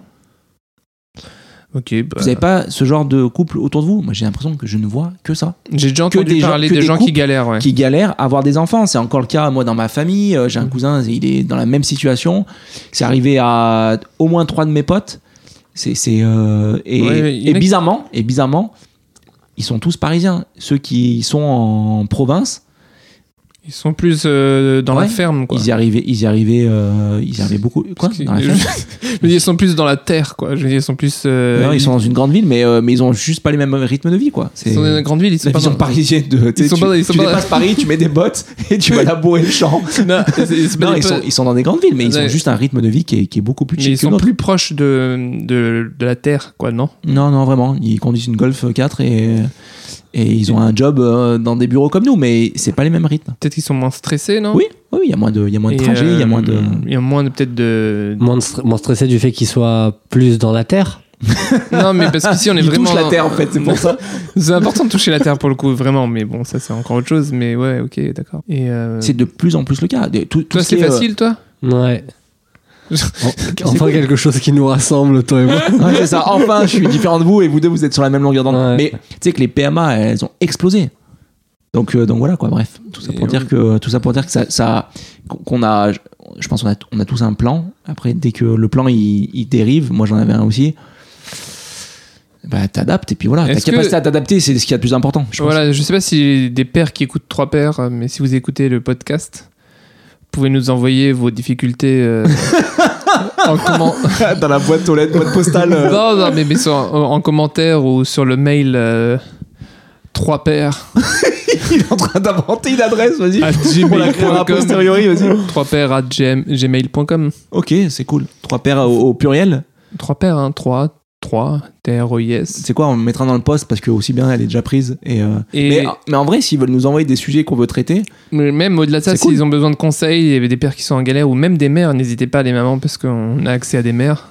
Speaker 2: Ok. bah,
Speaker 1: Vous n'avez pas ce genre de couple autour de vous Moi, j'ai l'impression que je ne vois que ça.
Speaker 2: J'ai déjà
Speaker 1: que
Speaker 2: entendu
Speaker 1: des gens-
Speaker 2: parler
Speaker 1: que
Speaker 2: des
Speaker 1: des
Speaker 2: gens qui
Speaker 1: couples
Speaker 2: galèrent. Ouais.
Speaker 1: qui galèrent à avoir des enfants. C'est encore le cas, moi, dans ma famille. euh, J'ai
Speaker 2: Mm.
Speaker 1: un cousin, il est dans la même situation. C'est arrivé à au moins trois de mes potes. C'est, c'est, euh, et,
Speaker 2: Ouais, ouais, il y en
Speaker 1: et
Speaker 2: a qui-
Speaker 1: bizarrement, et bizarrement, ils sont tous parisiens. Ceux qui sont en province,
Speaker 2: Ils sont plus euh, dans la
Speaker 1: Ouais.
Speaker 2: ferme quoi.
Speaker 1: ils y arrivaient, ils y arrivaient, euh, ils y arrivaient beaucoup. Quoi
Speaker 2: Parce que-
Speaker 1: Dans la
Speaker 2: je-
Speaker 1: ferme
Speaker 2: je veux dire, ils sont plus dans la terre, quoi. Je veux dire, ils sont plus. euh,
Speaker 1: Non, ils sont dans une grande ville, mais euh, mais ils ont juste pas les mêmes rythmes de vie, quoi.
Speaker 2: ils sont dans une grande ville. Ils sont
Speaker 1: la
Speaker 2: pas
Speaker 1: vision
Speaker 2: dans-
Speaker 1: parisienne de. tu sais,
Speaker 2: sont
Speaker 1: tu,
Speaker 2: pas dans- ils sont
Speaker 1: tu
Speaker 2: pas dans-
Speaker 1: dépasses Paris, tu mets des bottes et
Speaker 2: <laughs>
Speaker 1: tu vas labourer le champ.
Speaker 2: Non, c'est- c'est pas
Speaker 1: Non,
Speaker 2: des
Speaker 1: ils
Speaker 2: po-
Speaker 1: sont, ils sont dans des grandes villes, mais ils
Speaker 2: Ouais.
Speaker 1: ont juste un rythme de vie qui est, qui est beaucoup plus
Speaker 2: mais
Speaker 1: chill
Speaker 2: ils
Speaker 1: que le
Speaker 2: sont
Speaker 1: nôtre.
Speaker 2: plus proches de, de, de la terre, quoi, non
Speaker 1: Non, non, vraiment. Ils conduisent une Golf 4 et, et ils ont un job euh, dans des bureaux comme nous, mais c'est pas les mêmes rythmes.
Speaker 2: Peut-être qu'ils sont moins stressés, non
Speaker 1: Oui, oui, il y a moins de, il y a moins de
Speaker 2: Et,
Speaker 1: trajets, il y a moins de.
Speaker 2: euh, Il y a moins de
Speaker 1: <laughs>
Speaker 2: peut-être de.
Speaker 3: Moins, de stre- moins stressé du fait qu'il soit plus dans la terre.
Speaker 2: non, mais parce qu'ici on est
Speaker 1: Ils
Speaker 2: vraiment.
Speaker 1: touchent la terre en fait, c'est
Speaker 2: <laughs>
Speaker 1: pour ça.
Speaker 2: c'est important de toucher la terre pour le coup, vraiment. Mais bon, ça c'est encore autre chose. Mais ouais, ok, d'accord. Et euh,
Speaker 1: C'est de plus en plus le cas. Des- Tout, tout
Speaker 2: toi,
Speaker 1: ce qui
Speaker 2: c'est
Speaker 1: est, euh,
Speaker 2: facile, toi
Speaker 3: Ouais.
Speaker 1: c'est
Speaker 2: <laughs>
Speaker 3: Enfin
Speaker 1: cool.
Speaker 3: quelque chose qui nous rassemble, toi et moi.
Speaker 1: Ouais, c'est ça. Enfin, je suis différent de vous et vous deux, vous êtes sur la même longueur d'onde.
Speaker 3: Ouais.
Speaker 1: Mais tu sais que les PMA, elles ont explosé. Donc, euh, donc voilà quoi. Bref, tout ça pour
Speaker 2: Et
Speaker 1: dire que tout ça pour dire que ça, ça- qu'on a, je pense, qu'on a, on a tous un plan. Après, dès que le plan il, il dérive, moi j'en avais un aussi. Bah, t'adaptes et puis voilà. Ta
Speaker 2: Est-ce
Speaker 1: capacité
Speaker 2: que-
Speaker 1: à t'adapter, c'est ce qu'il y a de plus important. Je pense.
Speaker 2: Voilà, je sais pas si des pères qui écoutent trois pères, euh, mais si vous écoutez le podcast, vous pouvez nous envoyer vos
Speaker 1: <laughs>
Speaker 2: difficultés euh, en, comment-
Speaker 1: Dans la boîte aux lettres, boîte postale. euh,
Speaker 2: Non, non, mais, mais sur- en, en commentaire ou sur le mail euh, trois pères
Speaker 1: <laughs> il est <laughs> en train d'inventer une adresse, vas-y.
Speaker 2: à
Speaker 1: On la créera a
Speaker 2: gmail.com.
Speaker 1: posteriori, vas-y.
Speaker 2: Trois pères à gm- gmail.com.
Speaker 1: Ok, c'est cool. Trois paires au, au pluriel.
Speaker 2: Trois pères, hein, trois, trois, T-R-O-I-S.
Speaker 1: C'est quoi On le mettra dans le post parce que aussi bien, elle est déjà prise et. euh,
Speaker 2: Et
Speaker 1: Mais, mais en vrai, s'ils veulent nous envoyer des sujets qu'on veut traiter,
Speaker 2: mais même au-delà de ça,
Speaker 1: C'est
Speaker 2: s'ils
Speaker 1: cool.
Speaker 2: ont besoin de conseils, il y avait des pères qui sont en galère ou même des mères, n'hésitez pas, les mamans, parce qu'on a accès à des mères.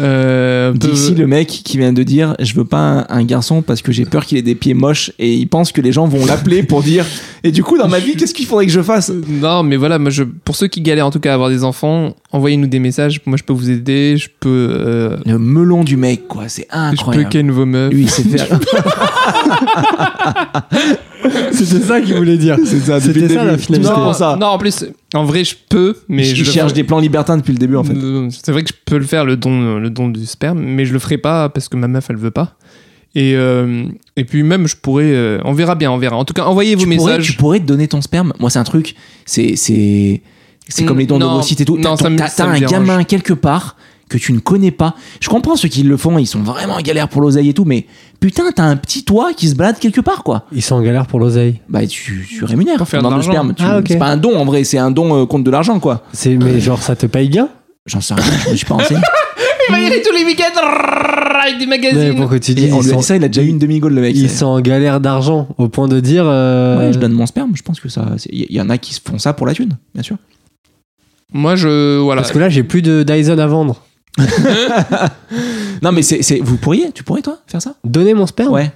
Speaker 2: Euh,
Speaker 1: d'ici
Speaker 2: peuvent-
Speaker 1: le mec qui vient de dire je veux pas un, un garçon parce que j'ai peur qu'il ait des pieds moches et il pense que les gens vont l'appeler pour dire et du coup dans ma vie qu'est-ce qu'il faudrait que je fasse
Speaker 2: Non, mais voilà, moi, je, pour ceux qui galèrent en tout cas à avoir des enfants, envoyez-nous des messages. Moi, je peux vous aider, je peux, euh,
Speaker 1: Le melon du mec quoi, c'est
Speaker 2: je peux
Speaker 1: incroyable.
Speaker 2: ken vos meufs.
Speaker 1: Lui, il sait
Speaker 2: <laughs>
Speaker 1: faire.
Speaker 3: C'était ça qu'il voulait dire.
Speaker 1: C'est ça,
Speaker 3: C'était ça, la finalité.
Speaker 1: Tout ça pour ça.
Speaker 2: non, en plus, en vrai, je peux, mais
Speaker 1: il
Speaker 2: je le
Speaker 1: cherche
Speaker 2: ferai-
Speaker 1: des plans libertins depuis le début en fait.
Speaker 2: Non, C'est vrai que je peux le faire, le don, le don du sperme, mais je le ferai pas parce que ma meuf, elle veut pas. Et, euh, et puis même, je pourrais... euh, on verra bien, on verra. En tout cas, envoyez vos
Speaker 1: tu, pourrais,
Speaker 2: messages.
Speaker 1: tu pourrais te donner ton sperme. Moi, c'est un truc. C'est c'est c'est
Speaker 2: Mm,
Speaker 1: comme les dons de
Speaker 2: non.
Speaker 1: Rossi et tout. T'as
Speaker 2: Non,
Speaker 1: ton-
Speaker 2: ça me-
Speaker 1: t'as-
Speaker 2: ça
Speaker 1: t'as
Speaker 2: me
Speaker 1: un
Speaker 2: dérange.
Speaker 1: gamin quelque part que tu ne connais pas. Je comprends ceux qui le font, ils sont vraiment en galère pour l'oseille et tout, mais putain, t'as un petit toit qui se balade quelque part, quoi.
Speaker 3: <laughs> Ils sont en galère pour l'oseille.
Speaker 1: Bah, tu, tu rémunères
Speaker 2: Pour faire
Speaker 1: ton
Speaker 2: de
Speaker 1: don
Speaker 2: l'argent.
Speaker 1: sperme. Tu-
Speaker 3: Ah, ok.
Speaker 1: C'est pas un don en vrai, c'est un don euh, contre de l'argent, quoi.
Speaker 3: C'est mais genre ça te paye bien
Speaker 1: J'en sais rien, je me suis pas
Speaker 2: <laughs>
Speaker 1: renseigné.
Speaker 2: Il va y aller tous les week-ends rrrr, avec des
Speaker 3: Mais
Speaker 2: magazines.
Speaker 3: pour que tu dis
Speaker 1: Et on
Speaker 3: ils
Speaker 1: lui a
Speaker 3: sont,
Speaker 1: dit ça, il a déjà eu une demi-gaule, le mec.
Speaker 3: ils
Speaker 1: C'est-
Speaker 3: sont en galère d'argent au point de dire euh,
Speaker 1: Ouais, je donne mon sperme, je pense que ça. c'est- Il y, y en a qui se font ça pour la thune, bien sûr.
Speaker 2: Moi, je... Voilà.
Speaker 3: parce que là j'ai plus de Dyson à vendre.
Speaker 1: Non, mais c'est, c'est- vous pourriez, tu pourrais, toi, faire ça
Speaker 3: Donnez mon sperme.
Speaker 1: Ouais.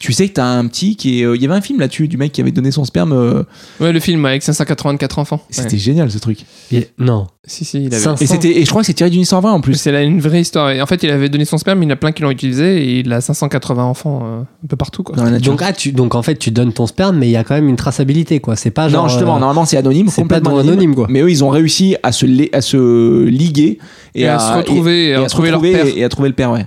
Speaker 1: Tu sais que t'as un petit qui est. euh, Il y avait un film là-dessus du mec qui avait donné son sperme. euh,
Speaker 2: Ouais, le film avec 584 enfants.
Speaker 1: C'était
Speaker 2: Ouais.
Speaker 1: génial ce truc.
Speaker 3: Il- Non.
Speaker 2: Si, si, il avait...
Speaker 3: Cinq-
Speaker 1: Et, c'était, et je crois que c'est tiré d'une histoire vraie en plus.
Speaker 2: C'est là une vraie histoire. Et en fait, il avait donné son sperme, il y en a plein qui l'ont utilisé et il a 580 enfants euh, un peu partout. Quoi.
Speaker 1: Dans la nature.
Speaker 3: Donc ah, tu donc en fait tu donnes ton sperme mais il y a quand même une traçabilité quoi. C'est pas genre
Speaker 1: non, justement,
Speaker 3: euh,
Speaker 1: normalement c'est anonyme.
Speaker 3: c'est pas
Speaker 1: complètement
Speaker 3: dans anonyme quoi.
Speaker 1: Mais eux, ils ont réussi à se, li- à se liguer et,
Speaker 2: Et à se retrouver,
Speaker 1: et- et à
Speaker 2: à
Speaker 1: se
Speaker 2: retrouver leur
Speaker 1: retrouver
Speaker 2: père.
Speaker 1: et- et à trouver le père, ouais.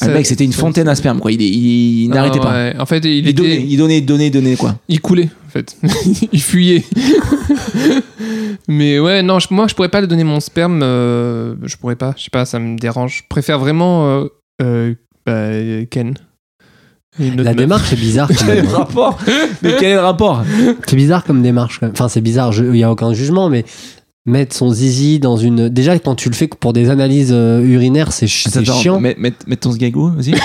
Speaker 1: Ah,
Speaker 2: Ça-
Speaker 1: le mec, c'était une
Speaker 2: ça-
Speaker 1: fontaine à sperme, quoi. Il, il- il
Speaker 2: Ah,
Speaker 1: n'arrêtait pas.
Speaker 2: ouais. En fait, il,
Speaker 1: Il,
Speaker 2: était,
Speaker 1: donnait, il donnait, donnait, donnait,
Speaker 3: <laughs>
Speaker 1: quoi.
Speaker 2: il coulait, en fait. <laughs> il fuyait. Mais ouais, non, je- moi, je pourrais pas le donner mon sperme. euh, je pourrais pas. Je sais pas, ça me dérange. Je préfère vraiment euh, euh, bah, Ken. Et une autre
Speaker 3: La
Speaker 2: meuf.
Speaker 3: démarche est bizarre <laughs> quand
Speaker 1: Quel est
Speaker 3: même.
Speaker 1: le rapport Mais quel est le rapport
Speaker 3: C'est bizarre comme démarche. quand même. Enfin, c'est bizarre, je- il n'y a aucun jugement, mais mettre son zizi dans une. Déjà, quand tu le fais pour des analyses euh, urinaires, c'est ch- c'est
Speaker 1: Attends,
Speaker 3: chiant.
Speaker 1: mets- mets- mets ton sgago, vas-y. <laughs>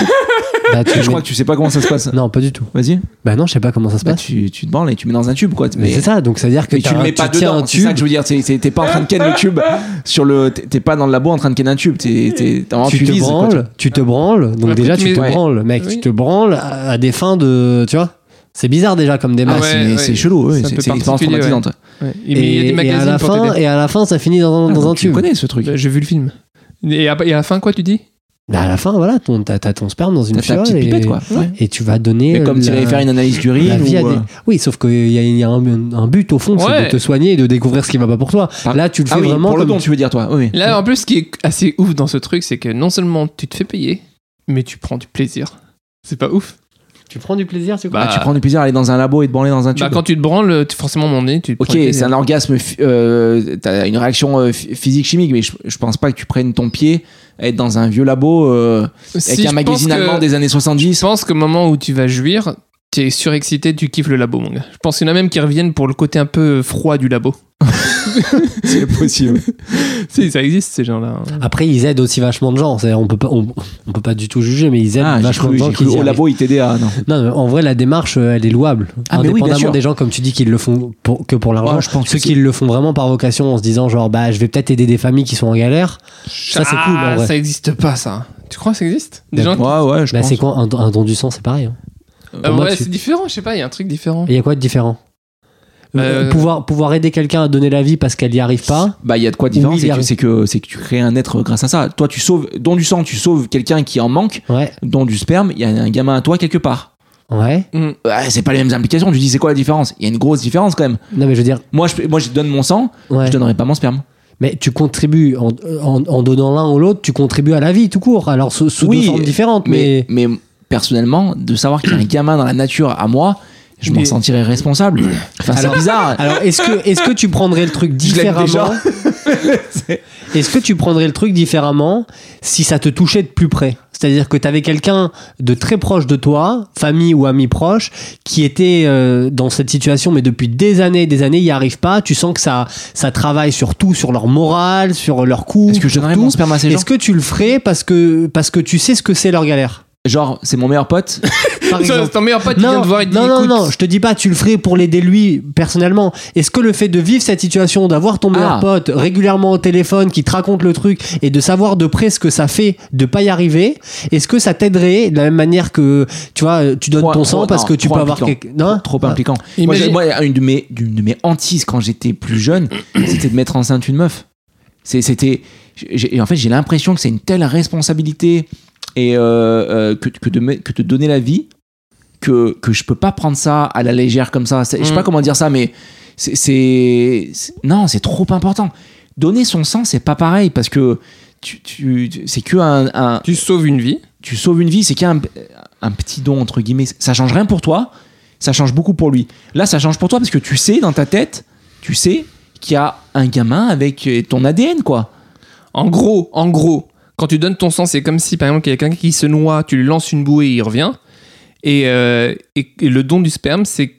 Speaker 3: Bah, tu
Speaker 1: je
Speaker 3: le
Speaker 1: crois
Speaker 3: mets-
Speaker 1: que tu sais pas comment ça se passe.
Speaker 3: Non, pas du tout.
Speaker 1: Vas-y.
Speaker 3: Bah non, je sais pas comment ça se
Speaker 1: Bah,
Speaker 3: passe.
Speaker 1: tu, tu te branles et tu mets dans un tube, quoi.
Speaker 3: mais c'est ça, donc ça veut dire que
Speaker 1: Mais tu
Speaker 3: t'as-
Speaker 1: le mets pas
Speaker 3: tiens un
Speaker 1: dedans, c'est ça que je veux dire. c'est- c'est- T'es pas en train de ken le tube sur le. T'es t'es pas dans le labo en train de ken un tube. t'es- t'es- t'as vraiment,
Speaker 3: tu, te
Speaker 1: vises, quoi.
Speaker 3: branles, tu te branles, donc
Speaker 2: Après,
Speaker 3: déjà
Speaker 2: tu
Speaker 3: tu te
Speaker 1: mets-
Speaker 3: branles, mec,
Speaker 2: Oui.
Speaker 3: tu te branles à, à des fins de. Tu vois C'est bizarre déjà comme
Speaker 1: Ah,
Speaker 3: démarche.
Speaker 2: ouais,
Speaker 1: c'est c'est chelou, ouais,
Speaker 2: C'est un
Speaker 1: c'est
Speaker 2: peu
Speaker 1: c'est une expérience
Speaker 2: particulier,
Speaker 1: traumatisante.
Speaker 2: Ouais. Et-
Speaker 3: Et,
Speaker 2: mais il y a des
Speaker 3: et à
Speaker 2: magazines
Speaker 3: la
Speaker 2: pour
Speaker 3: fin,
Speaker 2: t'aider.
Speaker 3: et à la fin, ça finit dans,
Speaker 1: Ah,
Speaker 3: dans un
Speaker 1: donc tu
Speaker 3: tube.
Speaker 1: connais ce truc.
Speaker 2: J'ai vu le film. Et à, et à la fin, quoi, tu dis
Speaker 3: Bah, à la fin, voilà, ton- t'as t'as ton sperme dans une
Speaker 1: T'as ta petite
Speaker 3: fiole et,
Speaker 1: pipette, quoi. Ouais.
Speaker 3: et tu vas donner.
Speaker 1: Mais comme
Speaker 3: la-
Speaker 1: tu irais faire une analyse
Speaker 3: La
Speaker 1: d'urine
Speaker 3: vie a
Speaker 1: ou.
Speaker 3: des-
Speaker 1: euh,
Speaker 3: Oui, sauf qu'il y a, il y a un, un but au fond, c'est
Speaker 2: Ouais.
Speaker 3: de te soigner et de découvrir ce qui va pas pour toi.
Speaker 1: Par-
Speaker 3: Là, tu le fais
Speaker 1: Ah oui,
Speaker 3: vraiment
Speaker 1: pour le
Speaker 3: comme
Speaker 1: don, tu veux dire, toi. Ah Oui.
Speaker 2: Là, en plus, ce qui est assez ouf dans ce truc, c'est que non seulement tu te fais payer, mais tu prends du plaisir. C'est pas ouf.
Speaker 3: tu prends du plaisir, tu
Speaker 1: Ah,
Speaker 2: Bah,
Speaker 1: tu prends du plaisir à aller dans un labo et te branler dans un
Speaker 2: bah,
Speaker 1: tube.
Speaker 2: quand tu te branles, tu- forcément, mon nez, tu te
Speaker 1: Ok,
Speaker 2: prends du
Speaker 1: c'est
Speaker 2: plaisir.
Speaker 1: un orgasme, phy- euh, t'as une réaction euh, phy- physique-chimique, mais je, je pense pas que tu prennes ton pied à être dans un vieux labo euh,
Speaker 2: Si,
Speaker 1: avec un
Speaker 2: je pense
Speaker 1: magazine
Speaker 2: que-
Speaker 1: allemand des années
Speaker 2: Je
Speaker 1: 70.
Speaker 2: pense qu'au moment où tu vas jouir, t'es surexcité, tu kiffes le labo, mon gars. Je pense qu'il y en a même qui reviennent pour le côté un peu froid du labo.
Speaker 1: <laughs>
Speaker 2: <laughs>
Speaker 1: C'est
Speaker 3: <laughs>
Speaker 1: possible.
Speaker 2: Si, ça existe, ces gens-là. hein.
Speaker 3: Ah, Après, ils aident aussi vachement de gens. C'est- On peut pas, on, on peut pas du tout juger, mais ils aident
Speaker 1: Ah, j'ai
Speaker 3: vachement
Speaker 1: cru,
Speaker 3: de gens
Speaker 1: j'ai cru
Speaker 3: qui y
Speaker 1: au
Speaker 3: arrivent.
Speaker 1: labo, il t'aidait à.
Speaker 3: <laughs>
Speaker 1: Non.
Speaker 3: Non, mais en vrai, la démarche, euh, elle est louable.
Speaker 1: Ah, mais oui, bien
Speaker 3: Indépendamment
Speaker 1: sûr.
Speaker 3: des gens, comme tu dis, qui le font pour- que pour l'argent.
Speaker 1: Ouais, je pense que
Speaker 3: Ceux
Speaker 1: c'est-
Speaker 3: qui le font vraiment par vocation, en se disant genre, bah, je vais peut-être aider des familles qui sont en galère. Ça, c'est cool, en
Speaker 2: Ah,
Speaker 3: vrai.
Speaker 2: Ça existe pas, ça. Tu crois que ça existe Des gens...
Speaker 1: Ouais, ouais, je
Speaker 3: Bah,
Speaker 1: pense.
Speaker 3: c'est quoi un, un don du sang, c'est pareil. hein.
Speaker 2: Euh,
Speaker 3: pour moi,
Speaker 2: ouais,
Speaker 3: tu-
Speaker 2: c'est différent, je sais pas, il y a un truc différent.
Speaker 3: Il y a quoi de différent Euh,
Speaker 2: Euh,
Speaker 3: Pouvoir pouvoir aider quelqu'un à donner la vie parce qu'elle n'y arrive pas.
Speaker 1: Bah, il y a de quoi de
Speaker 3: Ou
Speaker 1: différent, c'est que,
Speaker 3: milliardaire.
Speaker 1: c'est que c'est que tu crées un être grâce à ça. Toi, tu sauves, don du sang, tu sauves quelqu'un qui en manque,
Speaker 3: Ouais,
Speaker 1: don du sperme, il y a un gamin à toi quelque part.
Speaker 3: ouais.
Speaker 2: Mm.
Speaker 1: Ouais, c'est pas les mêmes implications. Tu dis, c'est quoi la différence Il y a une grosse différence quand même.
Speaker 3: Non, mais je veux dire,
Speaker 1: Moi, je, moi, je donne mon sang,
Speaker 3: ouais.
Speaker 1: je donnerai pas mon sperme.
Speaker 3: Mais tu contribues en, en- en donnant l'un ou l'autre, tu contribues à la vie tout court. Alors sous, sous
Speaker 1: Oui,
Speaker 3: deux formes différentes,
Speaker 1: Mais,
Speaker 3: mais,
Speaker 1: mais personnellement, de savoir
Speaker 3: <clears throat>
Speaker 1: qu'il y a un gamin dans la nature à moi, je m'en
Speaker 2: Mais-
Speaker 1: sentirais responsable. Enfin, c'est
Speaker 3: Alors-
Speaker 1: bizarre.
Speaker 3: <laughs> alors est-ce que est-ce que tu prendrais le truc
Speaker 1: <laughs> Je l'aime
Speaker 3: différemment Est-ce que tu prendrais le truc différemment si ça te touchait de plus près C'est-à-dire que tu avais quelqu'un de très proche de toi, famille ou ami proche, qui était euh, dans cette situation, mais depuis des années et des années, il n'y arrive pas. Tu sens que ça, ça travaille sur tout, sur leur morale, sur leur couple.
Speaker 1: Est-ce que je
Speaker 3: sur
Speaker 1: donnerais
Speaker 3: tout.
Speaker 1: mon sperme à ces gens
Speaker 3: Est-ce que tu le ferais parce que, parce que tu sais ce que c'est leur galère
Speaker 1: Genre, c'est mon meilleur pote.
Speaker 3: par
Speaker 2: Ça,
Speaker 3: exemple
Speaker 2: C'est ton meilleur pote qui vient te voir et te dit
Speaker 3: non, non,
Speaker 2: écoute,
Speaker 3: non, je te dis pas, tu le ferais pour l'aider lui personnellement. Est-ce que le fait de vivre cette situation, d'avoir ton meilleur
Speaker 1: Ah.
Speaker 3: pote régulièrement au téléphone qui te raconte le truc et de savoir de près ce que ça fait de pas y arriver, est-ce que ça t'aiderait de la même manière que tu vois, tu donnes
Speaker 1: Trop-
Speaker 3: ton
Speaker 1: trop-
Speaker 3: sang parce
Speaker 1: non,
Speaker 3: que tu
Speaker 1: trop
Speaker 3: peux avoir
Speaker 1: impliquant.
Speaker 3: quelque non
Speaker 1: trop impliquant. Moi,
Speaker 2: Imagine-
Speaker 1: j'ai- moi, une de mes, d'une de mes hantises quand j'étais plus
Speaker 2: <clears throat>
Speaker 1: jeune, c'était de mettre enceinte une meuf. C'est- C'était, j'ai- en fait, j'ai l'impression que c'est une telle responsabilité et euh, euh, que, que de me- que de donner la vie que que je peux pas prendre ça à la légère comme ça. C'est- Je sais
Speaker 2: Mm.
Speaker 1: pas comment dire ça, mais c'est- c'est c'est- non, c'est trop important. Donner son sang, c'est pas pareil parce que tu, tu- tu- c'est que un, un-
Speaker 2: tu sauves une vie.
Speaker 1: tu sauves une vie, c'est qu'il y a un, un petit don, entre guillemets. Ça change rien pour toi, ça change beaucoup pour lui. Là, ça change pour toi parce que tu sais, dans ta tête, tu sais qu'il y a un gamin avec euh, ton ADN, quoi.
Speaker 2: En gros, en gros, quand tu donnes ton sang, c'est comme si par exemple quelqu'un qui se noie, tu lui lances une bouée et il revient. Et, euh, et- et le don du sperme, c'est qu'il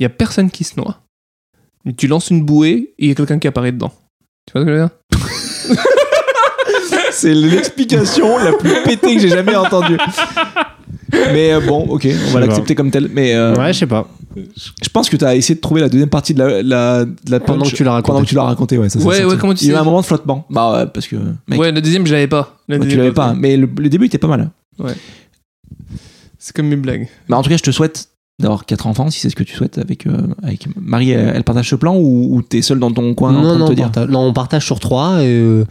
Speaker 2: n'y a personne qui se noie. Mais Tu lances une bouée et il y a quelqu'un qui apparaît dedans. Tu vois ce que je veux dire
Speaker 1: <laughs> C'est l'explication la plus pétée que j'ai jamais entendue. Mais euh, bon, ok, on va
Speaker 3: pas.
Speaker 1: l'accepter comme tel. Mais euh,
Speaker 3: Ouais, je sais pas.
Speaker 1: je pense que tu as essayé de trouver la deuxième partie de la, la, de la
Speaker 3: Pendant
Speaker 1: punch-
Speaker 3: que tu l'as raconté.
Speaker 1: Pendant que tu l'as raconté, ouais. Ça, c'est
Speaker 2: Ouais,
Speaker 1: certain.
Speaker 2: ouais, comment tu
Speaker 1: Il y a eu
Speaker 2: sais
Speaker 1: un moment de flottement. Bah, ouais, parce que. Mec,
Speaker 2: Ouais, la deuxième, je l'avais pas. La
Speaker 1: bah, tu
Speaker 2: deuxième,
Speaker 1: l'avais pas, mais le, le début était pas mal.
Speaker 2: C'est comme mes blagues.
Speaker 1: Mais en tout cas, je te souhaite d'avoir quatre enfants si c'est ce que tu souhaites avec, euh, avec Marie. Elle, elle partage ce plan ou, ou t'es seul dans ton coin en train
Speaker 3: non,
Speaker 1: de
Speaker 3: non,
Speaker 1: te dire
Speaker 3: parta- non, on partage sur 3 et euh,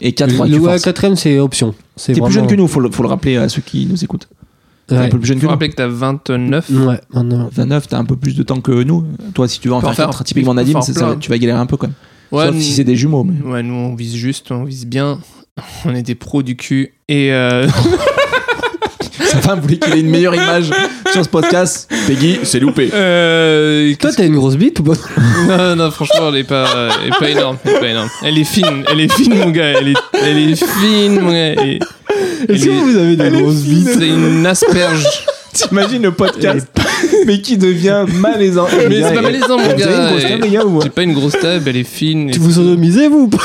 Speaker 1: Et quatre,
Speaker 3: le,
Speaker 1: ouais, tu
Speaker 3: ouais,
Speaker 1: forces.
Speaker 3: quatrième c'est option. C'est
Speaker 1: T'es plus jeune
Speaker 3: vraiment-
Speaker 1: que nous, faut le, faut le rappeler à ceux qui nous écoutent. T'es un
Speaker 3: Ouais.
Speaker 1: peu plus jeune
Speaker 2: Je
Speaker 1: que
Speaker 2: me
Speaker 1: nous.
Speaker 2: rappelle que t'as 29.
Speaker 1: Mmh.
Speaker 3: Ouais, maintenant.
Speaker 1: 29, t'as un peu plus de temps que nous. Toi, si tu veux en
Speaker 2: Faut
Speaker 1: faire
Speaker 2: en faire
Speaker 1: 4, typiquement
Speaker 2: faut
Speaker 1: Nadim,
Speaker 2: en
Speaker 1: ça- ça
Speaker 2: plein.
Speaker 1: va- tu vas galérer un peu quand même.
Speaker 2: Ouais,
Speaker 1: Sauf
Speaker 2: nous-
Speaker 1: si c'est des jumeaux. mais-
Speaker 2: ouais, nous on vise juste, on vise bien. <laughs> On est des pros du cul. Et euh, <laughs>
Speaker 1: Ça va, vous voulez qu'il ait une meilleure image sur ce podcast Peggy, c'est loupé.
Speaker 2: euh,
Speaker 3: Toi, t'as une grosse bite ou pas
Speaker 2: <laughs> Non, non, franchement, elle est pas, elle est pas énorme, elle est pas énorme. Elle est fine, elle est fine, mon gars, elle est, elle est fine, mon gars. Elle est- elle est-
Speaker 3: avez des grosses
Speaker 2: C'est une asperge.
Speaker 1: <laughs> T'imagines le podcast Mais qui devient malaisant.
Speaker 2: Mais c'est pas malaisant, mon
Speaker 1: Vous hein. avez une grosse table, les
Speaker 2: gars.
Speaker 1: gars, ou
Speaker 2: J'ai pas une grosse table, elle est fine.
Speaker 3: Tu vous sodomisez vous ou pas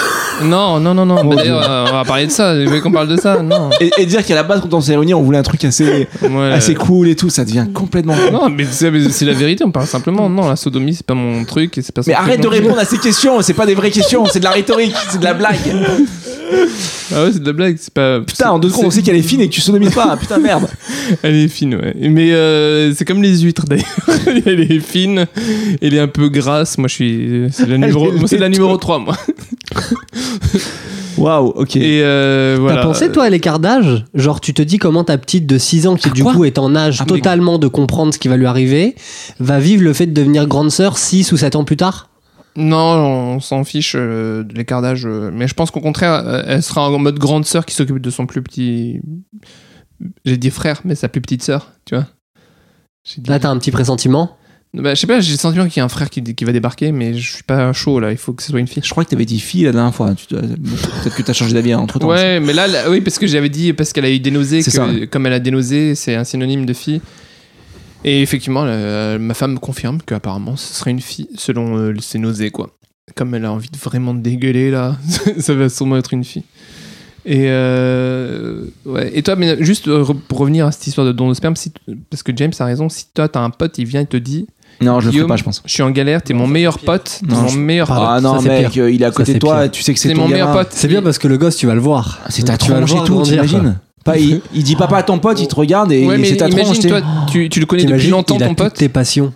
Speaker 2: Non, non, non, non. bah, D'ailleurs, euh, on va parler de ça. Je veux qu'on parle de ça. Non.
Speaker 1: et, et dire qu'à la base, quand on s'est réunis, on voulait un truc assez,
Speaker 2: Moi, euh,
Speaker 1: assez cool et tout, ça devient complètement.
Speaker 2: Non, mais c'est mais c'est la vérité. On parle simplement. Non, la sodomie, c'est pas mon truc. et c'est pas son
Speaker 1: Mais
Speaker 2: truc
Speaker 1: arrête de
Speaker 2: non plus.
Speaker 1: répondre à ces questions, c'est pas des vraies questions, c'est de la rhétorique, c'est de la blague.
Speaker 2: Ah ouais, c'est de la blague. C'est pas.
Speaker 1: Putain, en deux secondes, on sait qu'elle est fine et que tu sodomises pas, putain merde.
Speaker 2: Elle est fine, ouais. Mais euh, c'est comme les huîtres d'ailleurs. <laughs> elle est fine, elle est un peu grasse. Moi, je suis. C'est la numéro, moi, c'est la numéro 3, moi.
Speaker 1: Waouh, ok.
Speaker 2: Et euh, voilà.
Speaker 3: T'as pensé toi à l'écart d'âge Genre tu te dis comment ta petite de 6 ans qui du coup est en âge
Speaker 1: Ah, mais-
Speaker 3: totalement de comprendre ce qui va lui arriver va vivre le fait de devenir grande sœur 6 ou 7 ans plus tard
Speaker 2: Non, on s'en fiche euh, de l'écart d'âge. euh, mais je pense qu'au contraire, euh, elle sera en mode grande sœur qui s'occupe de son plus petit. J'ai dit frère, mais sa plus petite sœur, tu vois. J'ai dit-
Speaker 3: Là t'as un petit pressentiment
Speaker 2: Bah, je sais pas, j'ai le sentiment qu'il y a un frère qui, qui va débarquer, mais je suis pas chaud là. Il faut que ce soit une fille.
Speaker 1: Je crois que t'avais dit fille la dernière fois. Tu te- Peut-être que t'as changé d'avis entre temps.
Speaker 2: Ouais, mais là, là, oui, parce que j'avais dit, parce qu'elle a eu des nausées,
Speaker 1: C'est
Speaker 2: que,
Speaker 1: ça.
Speaker 2: comme elle a des nausées, c'est un synonyme de fille. Et effectivement, la- ma femme confirme qu'apparemment, ce serait une fille, selon euh, ses nausées, quoi. Comme elle a envie de vraiment de dégueuler, là, <laughs> ça va sûrement être une fille. Et, euh, ouais. et toi, mais juste euh, re- pour revenir à cette histoire de don de sperme, si t- parce que James a raison, si toi, t'as un pote, il vient et te dit
Speaker 1: Non, je le ferai
Speaker 2: Guillaume,
Speaker 1: pas, je pense.
Speaker 2: Je suis en galère, t'es mon meilleur pote, t'es
Speaker 1: Non,
Speaker 2: mon
Speaker 1: je-
Speaker 2: meilleur pote.
Speaker 1: Ah,
Speaker 3: Ah,
Speaker 1: non,
Speaker 3: ça, c'est
Speaker 1: mec,
Speaker 3: pire.
Speaker 1: euh, il est à
Speaker 3: Ça,
Speaker 1: côté de
Speaker 3: c'est
Speaker 1: toi,
Speaker 3: pire.
Speaker 1: tu sais que c'est
Speaker 2: C'est
Speaker 1: ton
Speaker 2: mon
Speaker 1: gamin.
Speaker 2: meilleur pote.
Speaker 3: C'est bien parce que le gosse tu vas le voir
Speaker 1: C'est ta
Speaker 3: Tu vas le
Speaker 1: tronche et
Speaker 3: voir
Speaker 1: tout,
Speaker 3: grandir,
Speaker 1: t'imagines Pas, il, il dit papa à ton pote, il te regarde et
Speaker 2: Ouais, mais
Speaker 1: c'est ta tronche.
Speaker 2: imagine,
Speaker 1: t'es-
Speaker 2: toi, tu, tu le connais depuis
Speaker 3: T'imagines,
Speaker 2: longtemps,
Speaker 3: il a
Speaker 2: ton pote.
Speaker 3: toutes tes passions.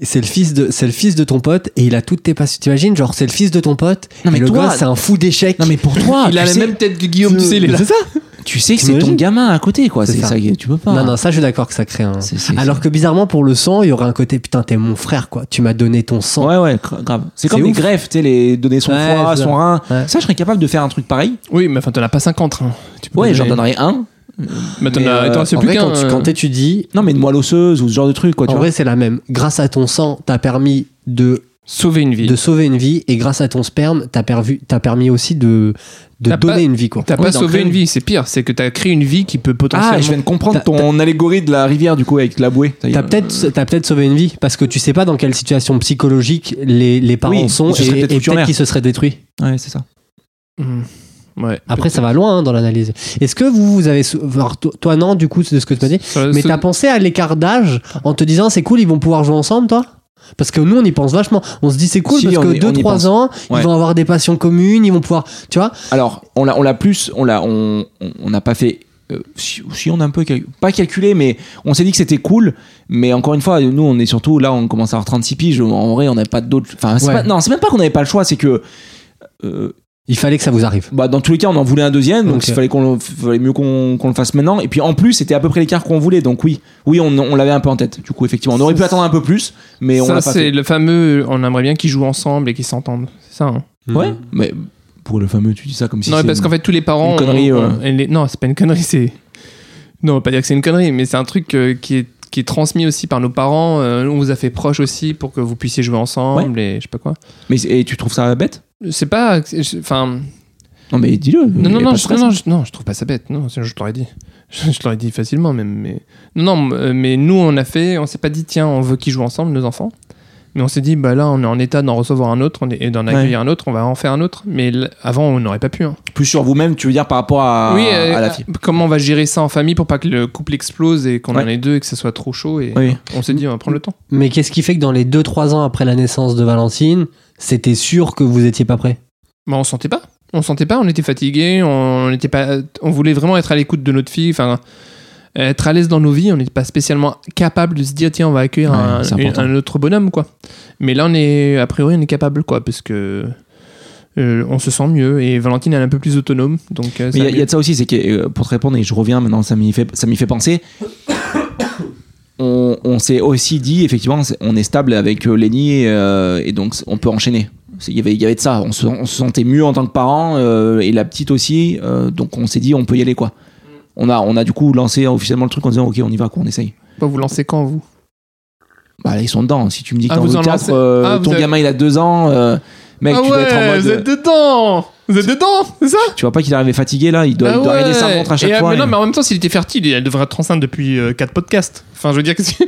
Speaker 3: Et C'est le fils de, c'est le fils de ton pote et il a toutes tes passions. T'imagines, genre c'est le fils de ton pote.
Speaker 1: Non, mais
Speaker 3: et le
Speaker 1: toi-
Speaker 3: gosse c'est un fou d'échecs.
Speaker 1: Non mais pour toi,
Speaker 2: Il
Speaker 1: Ah, tu,
Speaker 2: a la
Speaker 1: sais,
Speaker 2: même tête que Guillaume, tu sais, il est là.
Speaker 3: C'est ça
Speaker 1: tu sais que c'est ton
Speaker 3: T'imagines
Speaker 1: gamin à côté, quoi.
Speaker 3: C'est
Speaker 1: C'est
Speaker 3: ça.
Speaker 1: ça, tu peux pas.
Speaker 3: Non non, ça je suis d'accord que ça crée un.
Speaker 1: C'est- c'est-
Speaker 3: Alors que bizarrement pour le sang, il y aurait un côté putain t'es mon frère quoi. Tu m'as donné ton sang.
Speaker 1: Ouais, ouais, gra- grave. C'est
Speaker 3: C'est
Speaker 1: comme les
Speaker 3: ouf.
Speaker 1: greffes, tu sais, les donner son
Speaker 3: Ouais,
Speaker 1: foie,
Speaker 3: c'est
Speaker 1: son
Speaker 3: ça.
Speaker 1: rein.
Speaker 3: Ouais.
Speaker 1: Ça, je serais capable de faire un truc pareil.
Speaker 2: Oui, mais enfin, t'en as pas 50. hein. Tu peux
Speaker 1: Ouais,
Speaker 2: donner-
Speaker 1: j'en donnerais un.
Speaker 2: Mais t'en
Speaker 1: mais,
Speaker 2: as,
Speaker 1: euh,
Speaker 2: t'en as
Speaker 3: En
Speaker 2: plus
Speaker 3: vrai,
Speaker 2: qu'un.
Speaker 3: quand tu
Speaker 2: euh.
Speaker 3: quand t'étudies,
Speaker 1: Non, mais une moelle osseuse ou ce genre de truc, quoi. Tu
Speaker 3: en
Speaker 1: vois.
Speaker 3: vrai c'est la même. Grâce à ton sang, t'as permis de
Speaker 2: Sauver une vie.
Speaker 3: de sauver une vie et grâce à ton sperme, t'as pervu- t'as permis aussi de de
Speaker 2: T'as
Speaker 3: donner
Speaker 2: pas-
Speaker 3: une vie quoi.
Speaker 2: T'as
Speaker 1: Ouais,
Speaker 2: pas
Speaker 1: d'en
Speaker 2: sauvé
Speaker 1: créer
Speaker 2: une
Speaker 1: une.
Speaker 2: vie, c'est pire. C'est que t'as créé une vie qui peut potentiellement.
Speaker 1: Ah, je viens de comprendre
Speaker 3: T'as-
Speaker 1: ton allégorie de la rivière, du coup, avec la bouée. Ça y est.
Speaker 2: Euh,
Speaker 3: T'as peut-être t'as peut-être sauvé une vie parce que tu sais pas dans quelle situation psychologique les, les parents
Speaker 1: Oui,
Speaker 3: sont
Speaker 1: ils se
Speaker 3: et,
Speaker 1: seraient
Speaker 3: et
Speaker 1: peut-être foutus en
Speaker 3: peut-être
Speaker 1: l'air.
Speaker 3: qu'ils se seraient détruits.
Speaker 1: Ouais, c'est ça.
Speaker 2: Hmm. Ouais.
Speaker 3: Après ça va loin hein, dans l'analyse. Est-ce que vous, vous avez sou- alors, to- toi non du coup c'est de ce que tu m'as dit,
Speaker 1: Euh,
Speaker 2: Ça-
Speaker 3: mais
Speaker 2: ça-
Speaker 3: t'as pensé à l'écart d'âge en te disant c'est cool ils vont pouvoir jouer ensemble toi Parce que nous on y pense vachement. On se dit c'est cool
Speaker 1: Si,
Speaker 3: parce
Speaker 1: on
Speaker 3: que
Speaker 1: y- on y pense.
Speaker 3: 2-3 ans
Speaker 1: Ouais.
Speaker 3: ils vont avoir des passions communes, ils vont pouvoir tu vois
Speaker 1: Alors, on l'a, on l'a plus, on l'a, on, on- on n'a pas fait. euh, si, si on a un peu cal- pas calculé, mais on s'est dit que c'était cool. Mais encore une fois, nous, on est surtout là, on commence à avoir 36 piges. En vrai, on n'a pas d'autres. Enfin, c'est
Speaker 3: Ouais.
Speaker 1: pas- non, c'est même pas qu'on n'avait pas le choix, c'est que. euh,
Speaker 3: il fallait que ça vous arrive.
Speaker 1: bah, dans tous les cas, on en voulait un deuxième, donc
Speaker 3: Ok.
Speaker 1: il fallait, qu'on, le- fallait mieux qu'on, qu'on le fasse maintenant. Et puis en plus, c'était à peu près l'écart qu'on voulait, donc oui, oui, on, on l'avait un peu en tête. Du coup, effectivement, on aurait pu attendre un peu plus, mais on
Speaker 2: ça,
Speaker 1: l'a pas
Speaker 2: c'est
Speaker 1: fait.
Speaker 2: le fameux. On aimerait bien qu'ils jouent ensemble et qu'ils s'entendent. C'est ça. hein.
Speaker 1: Mm. Ouais, mais pour le fameux, tu dis ça comme si
Speaker 2: non,
Speaker 1: c'est
Speaker 2: parce
Speaker 1: une-
Speaker 2: qu'en fait, tous les parents.
Speaker 1: une connerie,
Speaker 2: ont-
Speaker 1: ouais.
Speaker 2: ont- et les- Non, c'est pas une connerie, c'est. Non, on va pas dire que c'est une connerie, mais c'est un truc euh, qui est qui est transmis aussi par nos parents. euh, on vous a fait proche aussi pour que vous puissiez jouer ensemble et je sais pas quoi.
Speaker 1: Mais c'est- et tu trouves ça bête
Speaker 2: C'est pas, je- enfin,
Speaker 1: Non, mais dis-le.
Speaker 2: non,
Speaker 1: Il y
Speaker 2: non,
Speaker 1: a
Speaker 2: non,
Speaker 1: pas de
Speaker 2: je,
Speaker 1: stress.
Speaker 2: non, non, je, non, je trouve pas ça bête. Non, sinon je te l'aurais dit. <laughs> Je, te l'aurais dit facilement même. Mais non, non, euh, mais nous on a fait, on s'est pas dit tiens, on veut qu'ils jouent ensemble nos enfants. Mais on s'est dit bah là on est en état d'en recevoir un autre on est- et d'en accueillir un autre, on va en faire un autre. Mais l- avant on n'aurait pas pu. hein.
Speaker 1: Plus sur vous-même, tu veux dire par rapport à,
Speaker 2: oui, euh,
Speaker 1: Ah, à la fille.
Speaker 2: comment on va gérer ça en famille pour pas que le couple explose et qu'on en
Speaker 1: Ouais.
Speaker 2: ait deux et que ça soit trop chaud et
Speaker 1: Oui.
Speaker 2: on s'est dit on va prendre le temps.
Speaker 3: Mais qu'est-ce qui fait que dans les 2-3 ans après la naissance de Valentine, c'était sûr que vous étiez pas prêt
Speaker 2: Bah, on sentait pas. On sentait pas, on était fatigué, on était pas on voulait vraiment être à l'écoute de notre fille, enfin être à l'aise dans nos vies, on n'était pas spécialement capable de se dire tiens, on va accueillir
Speaker 1: Ouais,
Speaker 2: un,
Speaker 1: c'est important.
Speaker 2: un autre bonhomme quoi. Mais là on est a priori on est capable quoi parce que euh, on se sent mieux et Valentine elle est un peu plus autonome donc euh,
Speaker 1: Mais il
Speaker 2: ça
Speaker 1: y a-
Speaker 2: va
Speaker 1: il y, a de ça aussi, c'est que euh, pour te répondre, et je reviens maintenant, ça m'y fait, ça m'y fait penser. <coughs> On, on s'est aussi dit, effectivement, c'est- on est stable avec euh, Lenny et, euh, et donc on peut enchaîner. C'est- Il y, avait, il y avait de ça, on se, on se sentait mieux en tant que parent euh, et la petite aussi, euh, donc on s'est dit on peut y aller quoi. On a, on a du coup lancé officiellement le truc en disant ok on y va quoi, on essaye.
Speaker 2: mieux. vous lancer quand vous
Speaker 1: Bah là ils sont dedans, si tu me dis que
Speaker 2: Ah,
Speaker 1: t'en
Speaker 2: vous
Speaker 1: veux
Speaker 2: en
Speaker 1: quatre,
Speaker 2: lancez-
Speaker 1: euh,
Speaker 2: Ah, vous
Speaker 1: ton
Speaker 2: avez-
Speaker 1: gamin il a deux ans, euh, mec
Speaker 2: Ah
Speaker 1: tu dois être en
Speaker 2: ouais,
Speaker 1: mode... euh,
Speaker 2: vous êtes dedans Vous êtes dedans, c'est ça
Speaker 1: Tu vois pas qu'il arrivait fatigué là, il doit,
Speaker 2: Ah
Speaker 1: il doit
Speaker 2: ouais.
Speaker 1: régler sa montre à chaque
Speaker 2: Et, euh,
Speaker 1: fois.
Speaker 2: Mais
Speaker 1: et-
Speaker 2: non, mais en même temps, s'il était fertile, elle devrait être enceinte depuis 4 podcasts. Enfin, je veux dire
Speaker 1: <laughs>
Speaker 2: que c'est-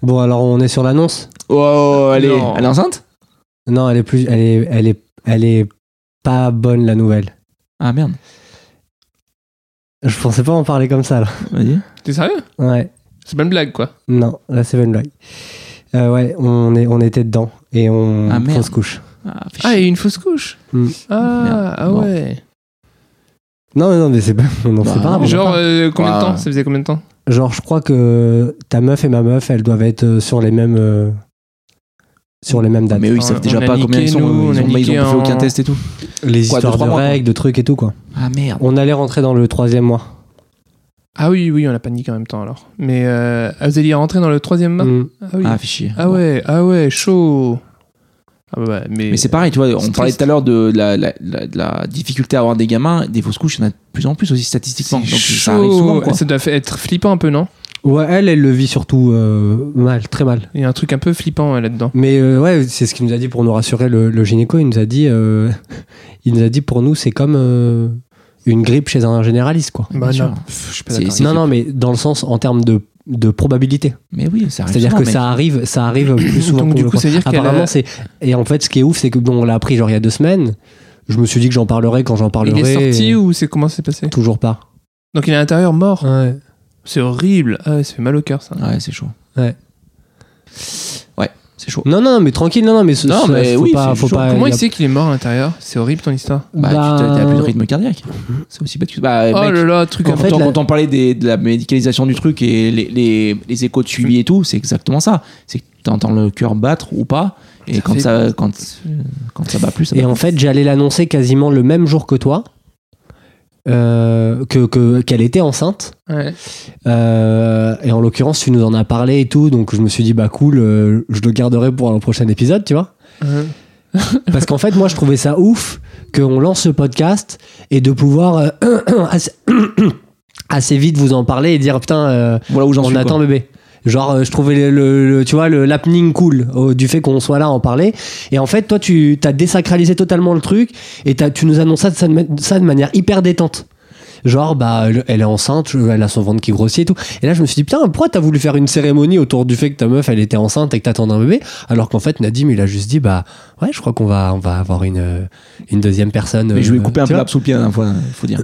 Speaker 3: Bon, alors on est sur l'annonce
Speaker 1: Oh, elle est,
Speaker 2: Non.
Speaker 1: elle est enceinte
Speaker 3: Non, elle est plus. Elle est, elle est, elle est pas bonne la nouvelle.
Speaker 1: Ah merde,
Speaker 3: Je pensais pas en parler comme ça là.
Speaker 1: vas-y.
Speaker 2: T'es sérieux
Speaker 3: Ouais.
Speaker 2: C'est pas une blague, quoi.
Speaker 3: Non, là c'est une blague. Euh, ouais, on, est, on était dedans et on
Speaker 1: Ah, merde.
Speaker 3: fausse couche.
Speaker 1: Ah, fais
Speaker 2: Ah,
Speaker 1: chier.
Speaker 2: et une fausse couche
Speaker 3: Mm.
Speaker 2: Ah, ah
Speaker 1: Bon.
Speaker 2: ouais.
Speaker 3: Non, non, mais c'est pas, <laughs> non,
Speaker 1: Bah,
Speaker 3: c'est pas grave. on en
Speaker 2: Genre,
Speaker 3: parle.
Speaker 2: euh, combien de
Speaker 1: Bah.
Speaker 2: temps Ça faisait combien de temps
Speaker 3: Genre, je crois que ta meuf et ma meuf, elles doivent être euh, sur les mêmes. euh, sur les mêmes dates.
Speaker 1: mais eux, ils
Speaker 2: Ah, on-
Speaker 1: savent déjà
Speaker 2: on a
Speaker 1: pas combien
Speaker 2: niqué,
Speaker 1: ils sont.
Speaker 2: nous,
Speaker 1: ils,
Speaker 2: on a
Speaker 1: ont, mais ils ont
Speaker 2: niqué
Speaker 1: fait
Speaker 2: en-
Speaker 1: aucun test et tout.
Speaker 3: les
Speaker 1: quoi,
Speaker 3: histoires
Speaker 1: deux, trois
Speaker 3: de
Speaker 1: mois,
Speaker 3: règles, de trucs et tout quoi.
Speaker 1: Ah merde.
Speaker 3: On allait rentrer dans le troisième mois.
Speaker 2: Ah oui, oui, on a paniqué en même temps alors. Mais euh, ah, vous alliez rentrer dans le troisième mars
Speaker 3: Mm.
Speaker 2: Ah oui.
Speaker 1: Ah, fais chier.
Speaker 2: Ah ouais, ah ouais, chaud. Ah bah, mais,
Speaker 1: Mais c'est pareil, tu vois, on
Speaker 2: C'est
Speaker 1: parlait
Speaker 2: triste.
Speaker 1: tout à l'heure de la, la- la- de la difficulté à avoir des gamins, des fausses couches, il y en a de plus en plus aussi
Speaker 2: C'est
Speaker 1: statistiquement. Donc ça arrive souvent,
Speaker 2: chaud.
Speaker 1: quoi.
Speaker 2: Ça doit être flippant un peu, non
Speaker 3: Ouais, elle, elle le vit surtout euh, mal, très mal.
Speaker 2: Il y a un truc un peu flippant euh, là-dedans.
Speaker 3: Mais euh, ouais, c'est ce qu'il nous a dit pour nous rassurer. Le, le gynéco, il nous a dit, euh, <laughs> il nous a dit pour nous, c'est comme euh, une grippe chez un généraliste, quoi.
Speaker 2: Bah
Speaker 1: sûr.
Speaker 2: non, pff, je suis pas
Speaker 1: C'est-
Speaker 2: d'accord.
Speaker 1: c'est-
Speaker 3: Non, non, mais dans le sens en termes de, de probabilité.
Speaker 1: Mais oui, ça arrive.
Speaker 3: C'est-à-dire
Speaker 1: souvent,
Speaker 3: que
Speaker 1: mec.
Speaker 3: ça arrive, ça arrive plus souvent.
Speaker 2: Donc
Speaker 3: qu'on
Speaker 2: du
Speaker 3: le
Speaker 2: coup,
Speaker 3: croit.
Speaker 2: ça veut dire qu'elle
Speaker 3: Apparemment,
Speaker 2: a-
Speaker 3: c'est et en fait, ce qui est ouf, c'est que bon, on l'a appris genre il y a deux semaines. Je me suis dit que j'en parlerai quand j'en
Speaker 2: Il
Speaker 3: parlerai.
Speaker 2: est sorti
Speaker 3: et-
Speaker 2: ou c'est comment c'est passé
Speaker 3: toujours pas
Speaker 2: Donc il est à l'intérieur mort. C'est horrible. Ah ouais, ça fait mal au cœur ça.
Speaker 1: Ouais, c'est chaud.
Speaker 3: Ouais.
Speaker 1: Ouais, c'est chaud.
Speaker 3: Non, non, mais tranquille, non, non, mais ce-
Speaker 1: Non,
Speaker 3: ce-
Speaker 1: mais
Speaker 3: faut
Speaker 1: oui,
Speaker 3: pas,
Speaker 1: c'est
Speaker 3: faut
Speaker 1: chaud.
Speaker 3: pas.
Speaker 2: Comment
Speaker 3: y
Speaker 2: il
Speaker 3: a-
Speaker 2: sait qu'il est mort à l'intérieur C'est horrible ton histoire.
Speaker 1: Bah, tu t'as- t'as plus de rythme cardiaque. C'est aussi bête que. Bah,
Speaker 2: euh, oh
Speaker 1: mec,
Speaker 2: là là, truc
Speaker 3: En
Speaker 2: un-
Speaker 3: fait,
Speaker 1: Quand,
Speaker 3: la-
Speaker 1: quand on parlait des- de la médicalisation du truc et les, les- les échos de suivi
Speaker 3: Mm.
Speaker 1: et tout, c'est exactement ça. C'est que tu entends le cœur battre ou pas, et
Speaker 2: Ça
Speaker 1: quand,
Speaker 2: fait-
Speaker 1: ça, quand, quand ça bat plus, ça
Speaker 3: Et
Speaker 1: bat
Speaker 3: en fait, j'allais l'annoncer quasiment le même jour que toi, euh, que que- qu'elle était enceinte.
Speaker 2: Ouais.
Speaker 3: Euh, et en l'occurrence, tu nous en as parlé et tout, donc je me suis dit bah cool, euh, je le garderai pour un prochain épisode, tu vois.
Speaker 1: euh,
Speaker 2: Ouais.
Speaker 3: <laughs> Parce qu'en fait, moi, je trouvais ça ouf qu'on lance ce podcast et de pouvoir euh, <clears throat> assez, assez vite vous en parler et dire putain, euh,
Speaker 1: plus. Voilà où j'en
Speaker 3: on
Speaker 1: suis. quoi.
Speaker 3: attend bébé. Genre, euh, je trouvais le, le- le- tu vois, le l'happening cool euh, du fait qu'on soit là à en parler. Et en fait, toi, tu as désacralisé totalement le truc et t'as- tu nous annonces ça de, ça de ma- ça de manière hyper détente. Genre, bah, elle, elle est enceinte, je- elle a son ventre qui grossit et tout. Et là, je me suis dit, putain, pourquoi t'as voulu faire une cérémonie autour du fait que ta meuf, elle était enceinte et que t'attendais un bébé Alors qu'en fait, Nadim, il a juste dit, bah, ouais, je crois qu'on va, on va avoir une, euh, une deuxième personne.
Speaker 1: Mais je lui ai
Speaker 3: euh,
Speaker 1: coupé un
Speaker 3: tu
Speaker 1: peu
Speaker 3: vois.
Speaker 1: l'abs sous le pied la dernière fois, faut dire.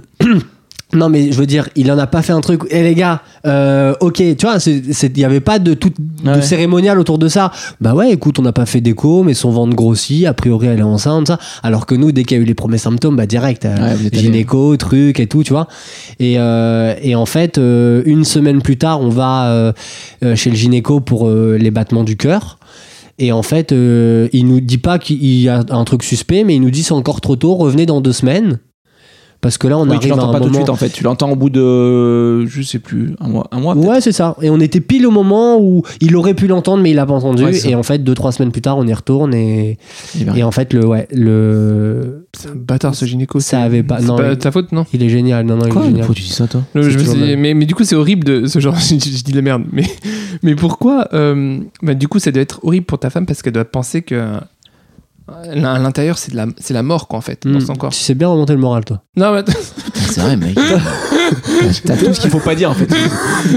Speaker 3: Non, mais je veux dire, il en a pas fait un truc. Eh les gars, euh, ok, tu vois, c'est- c'est- il y avait pas de tout de
Speaker 1: Ouais.
Speaker 3: cérémonial autour de ça. Bah ouais, écoute, on n'a pas fait d'écho, mais son ventre grossit. A priori, elle est enceinte, ça. Alors que nous, dès qu'il y a eu les premiers symptômes, bah direct, euh,
Speaker 1: Ouais, vous êtes allés.
Speaker 3: gynéco, truc et tout, tu vois. Et, euh, et en fait, euh, une semaine plus tard, on va euh, euh, chez le gynéco pour euh, les battements du cœur. Et en fait, euh, il nous dit pas qu'il y a un truc suspect, mais il nous dit c'est encore trop tôt, revenez dans deux semaines. Parce que là, on
Speaker 1: Oui, tu
Speaker 3: arrive à un
Speaker 1: l'entends pas tout de
Speaker 3: moment-
Speaker 1: suite en fait. Tu l'entends au bout de, je sais plus, un mois, un mois.
Speaker 2: Oh,
Speaker 1: peut-être.
Speaker 3: Ouais, c'est ça. Et on était pile au moment où il aurait pu l'entendre, mais il l'a pas entendu.
Speaker 2: Ouais, c'est ça.
Speaker 3: et en fait, deux trois semaines plus tard, on y retourne et,
Speaker 1: Eh ben,
Speaker 3: et en fait, le ouais, le
Speaker 2: C'est un bâtard ce gynéco.
Speaker 3: Ça
Speaker 2: c'est-
Speaker 3: avait pas-
Speaker 2: c'est
Speaker 3: non, mais-
Speaker 2: ta faute, non
Speaker 3: il est génial. Non, non, il
Speaker 1: Quoi
Speaker 3: est génial.
Speaker 1: Pourquoi tu dis ça toi
Speaker 2: Le-
Speaker 3: C'est
Speaker 2: je me
Speaker 3: toujours
Speaker 2: suis-
Speaker 3: le même.
Speaker 2: mais, mais du coup, c'est horrible de ce genre. <laughs> je, je dis de la merde. Mais, mais pourquoi euh, bah, Du coup, ça doit être horrible pour ta femme parce qu'elle doit penser que euh, à l'intérieur, c'est de la, c'est la mort, quoi, en fait, dans
Speaker 3: Hmm.
Speaker 2: son corps.
Speaker 3: Tu sais bien remonter le moral, toi.
Speaker 2: Non, mais,
Speaker 5: Ah, C'est vrai, mec.
Speaker 1: <laughs> T'as tout ce qu'il faut pas dire en fait.
Speaker 2: <laughs>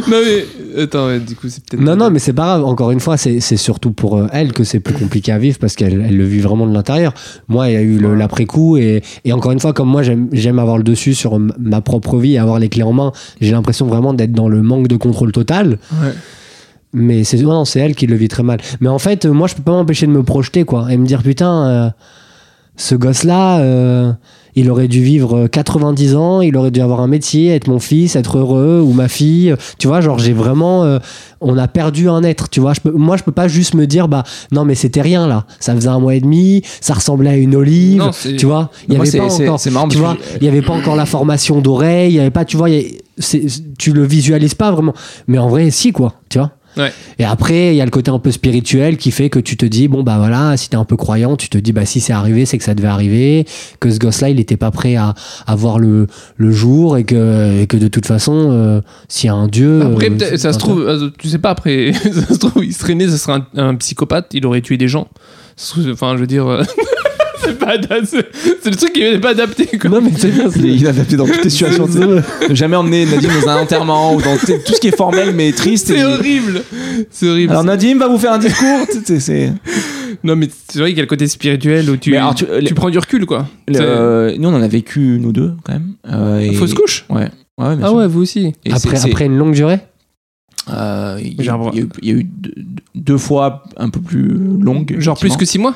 Speaker 2: non, mais attends, mais du coup, c'est peut-être.
Speaker 3: Non, non, mais c'est pas grave. Encore une fois, c'est c'est surtout pour euh, elle que c'est plus compliqué à vivre parce qu'elle elle le vit vraiment de l'intérieur. Moi, il y a eu le- l'après-coup et, et encore une fois, comme moi, j'aime j'aime avoir le dessus sur m- ma propre vie et avoir les clés en main, j'ai l'impression vraiment d'être dans le manque de contrôle total.
Speaker 2: Ouais.
Speaker 3: Mais c'est non, c'est elle qui le vit très mal. Mais en fait, euh, moi, je peux pas m'empêcher de me projeter, quoi, et me dire putain, euh, ce gosse-là, euh, il aurait dû vivre euh, 90 ans, il aurait dû avoir un métier, être mon fils, être heureux ou ma fille. Tu vois, genre j'ai vraiment, euh, on a perdu un être. Tu vois, je peux, moi, je peux pas juste me dire bah non, mais c'était rien là. Ça faisait un mois et demi, ça ressemblait à une olive.
Speaker 2: Non, c'est-
Speaker 3: tu vois, il y
Speaker 1: Moi,
Speaker 3: avait
Speaker 1: c'est-
Speaker 3: pas
Speaker 1: c'est-
Speaker 3: encore.
Speaker 1: c'est marrant
Speaker 3: Tu
Speaker 1: parce
Speaker 3: vois,
Speaker 1: que-
Speaker 3: il y avait pas encore la formation d'oreille, il y avait pas, tu vois, il y a- c'est- tu le visualises pas vraiment. Mais en vrai, si quoi, tu vois.
Speaker 2: Ouais.
Speaker 3: Et après, il y a le côté un peu spirituel qui fait que tu te dis, bon, bah voilà, si t'es un peu croyant, tu te dis, bah si c'est arrivé, c'est que ça devait arriver, que ce gosse-là, il n'était pas prêt à, à voir le, le jour et que, et que de toute façon, euh, s'il y a un
Speaker 1: Bah,
Speaker 3: dieu.
Speaker 2: Après,
Speaker 3: euh,
Speaker 2: peut-être-
Speaker 3: c'est
Speaker 2: ça se
Speaker 3: pas
Speaker 2: trouve, euh, tu sais pas, après, <laughs> ça se trouve, il se traînait, ce serait un, un psychopathe, il aurait tué des gens. Ça se trouve, Enfin, je veux dire, euh, <laughs> c'est pas ada- c'est c'est le truc qui n'est pas adapté, quoi.
Speaker 3: Non, mais c'est bien,
Speaker 1: Il est
Speaker 3: c'est-
Speaker 1: inadapté dans toutes les situations. tu sais. Jamais emmené Nadim dans un enterrement ou dans tu sais, tout ce qui est formel mais triste.
Speaker 2: <laughs> C'est
Speaker 1: et-
Speaker 2: horrible! C'est horrible.
Speaker 1: Alors Nadim va vous faire un discours. tu sais, c'est-
Speaker 2: Non, mais c'est vrai qu'il y a le côté spirituel où tu,
Speaker 1: Mais alors, tu-
Speaker 2: tu
Speaker 1: les-
Speaker 2: prends du recul, quoi.
Speaker 1: le- Nous on en a vécu nous deux quand même. Euh,
Speaker 2: C'est-
Speaker 1: et-
Speaker 2: Fausse couche?
Speaker 1: Ouais. Ouais, bien
Speaker 2: Ah
Speaker 1: sûr.
Speaker 2: ouais, vous aussi.
Speaker 1: Et c'est-
Speaker 3: après,
Speaker 1: c'est-
Speaker 3: après une longue durée
Speaker 1: euh, il y, a-
Speaker 2: Genre-
Speaker 1: il y a eu- il y a eu deux, deux fois un peu plus longue.
Speaker 2: Genre plus que 6 mois?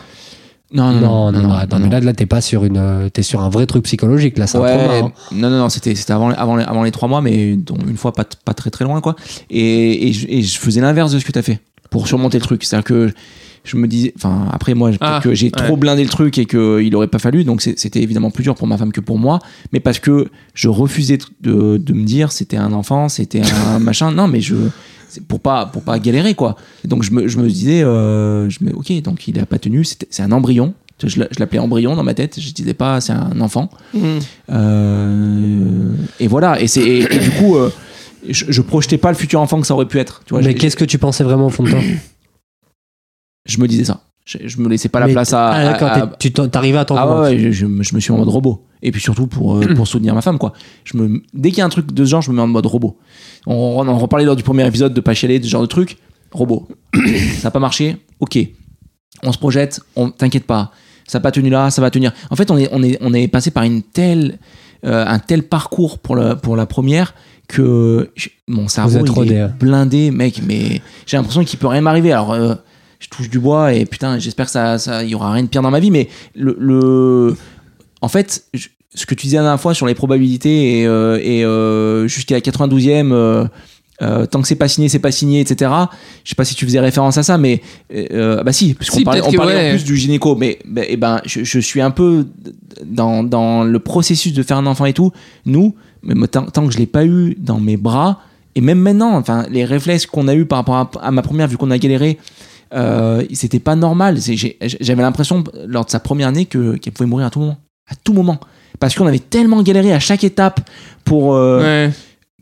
Speaker 1: non Mm. non
Speaker 3: Non, non, non,
Speaker 1: non,
Speaker 3: attends,
Speaker 1: non,
Speaker 3: mais
Speaker 1: non.
Speaker 3: là, là t'es pas sur une. euh, T'es sur un vrai truc psychologique, là, c'est un
Speaker 1: Ouais,
Speaker 3: trauma. hein.
Speaker 1: non, non, non, c'était c'était avant, avant, avant les trois mois, mais dont une fois pas, t- pas très très loin, quoi. Et, et, je, et je faisais l'inverse de ce que t'as fait pour surmonter le truc. C'est-à-dire que je me disais, enfin, après moi, peut-être
Speaker 2: Ah,
Speaker 1: que j'ai
Speaker 2: ouais.
Speaker 1: trop blindé le truc et qu'il aurait pas fallu, donc c'est- c'était évidemment plus dur pour ma femme que pour moi, mais parce que je refusais de, de me dire c'était un enfant, c'était
Speaker 2: <laughs>
Speaker 1: un machin. Non, mais je. c'est Pour pas, pour pas galérer, quoi. Et donc je me, je me disais, euh, je me, ok, donc il a pas tenu, c'était- c'est un embryon. Je l'a- je l'appelais embryon dans ma tête, je disais pas c'est un enfant.
Speaker 2: Mmh.
Speaker 1: Euh, et voilà, et, c'est, et, et du coup, euh, je, je projetais pas le futur enfant que ça aurait pu être. Tu vois,
Speaker 3: mais
Speaker 1: je,
Speaker 3: qu'est-ce que tu pensais vraiment au fond de toi
Speaker 1: je me disais ça. Je, je me laissais pas la
Speaker 3: Mais
Speaker 1: place
Speaker 3: t-
Speaker 1: à.
Speaker 3: Ah,
Speaker 1: à-
Speaker 3: d'accord,
Speaker 1: à-
Speaker 3: t'es- tu t'en- t'arrivais à t'en
Speaker 1: Ah
Speaker 3: convaincre.
Speaker 1: ouais, je, je me- je me suis en mode robot. Et puis surtout pour, euh, pour soutenir ma femme, quoi. Je me, dès qu'il y a un truc de ce genre, je me mets en mode robot. On, on en reparlait lors du premier épisode de Pas chialer, de ce genre de truc. Robot. <coughs> ça n'a pas marché Ok. On se projette, on t'inquiète pas. Ça n'a pas tenu là, ça va tenir. En fait, on est, on est, on est passé par une telle, euh, un tel parcours pour la, pour la première que je- mon cerveau
Speaker 3: êtes
Speaker 1: il
Speaker 3: rodé,
Speaker 1: est
Speaker 3: hein.
Speaker 1: blindé, mec. Mais j'ai l'impression qu'il peut rien m'arriver. Alors, euh, je touche du bois et putain, j'espère que ça, ça, il y aura rien de pire dans ma vie. Mais le, le- en fait, je- ce que tu disais la dernière fois sur les probabilités et, euh, et, euh, jusqu'à la 92e, euh, euh, tant que c'est pas signé, c'est pas signé, etc. Je sais pas si tu faisais référence à ça, mais euh, euh, bah si, puisqu'on
Speaker 2: Si,
Speaker 1: parlait,
Speaker 2: peut-être
Speaker 1: on
Speaker 2: que
Speaker 1: parlait
Speaker 2: ouais.
Speaker 1: en plus du gynéco, mais bah, eh ben, je, je suis un peu dans, dans le processus de faire un enfant et tout. Nous, mais moi, tant, tant que je l'ai pas eu dans mes bras, et même maintenant, enfin, les réflexes qu'on a eu par rapport à, à ma première, vu qu'on a galéré, euh, c'était pas normal. C'est- j'ai- J'avais l'impression lors de sa première année que qu'elle pouvait mourir à tout moment, à tout moment, parce qu'on avait tellement galéré à chaque étape pour. euh,
Speaker 2: Ouais.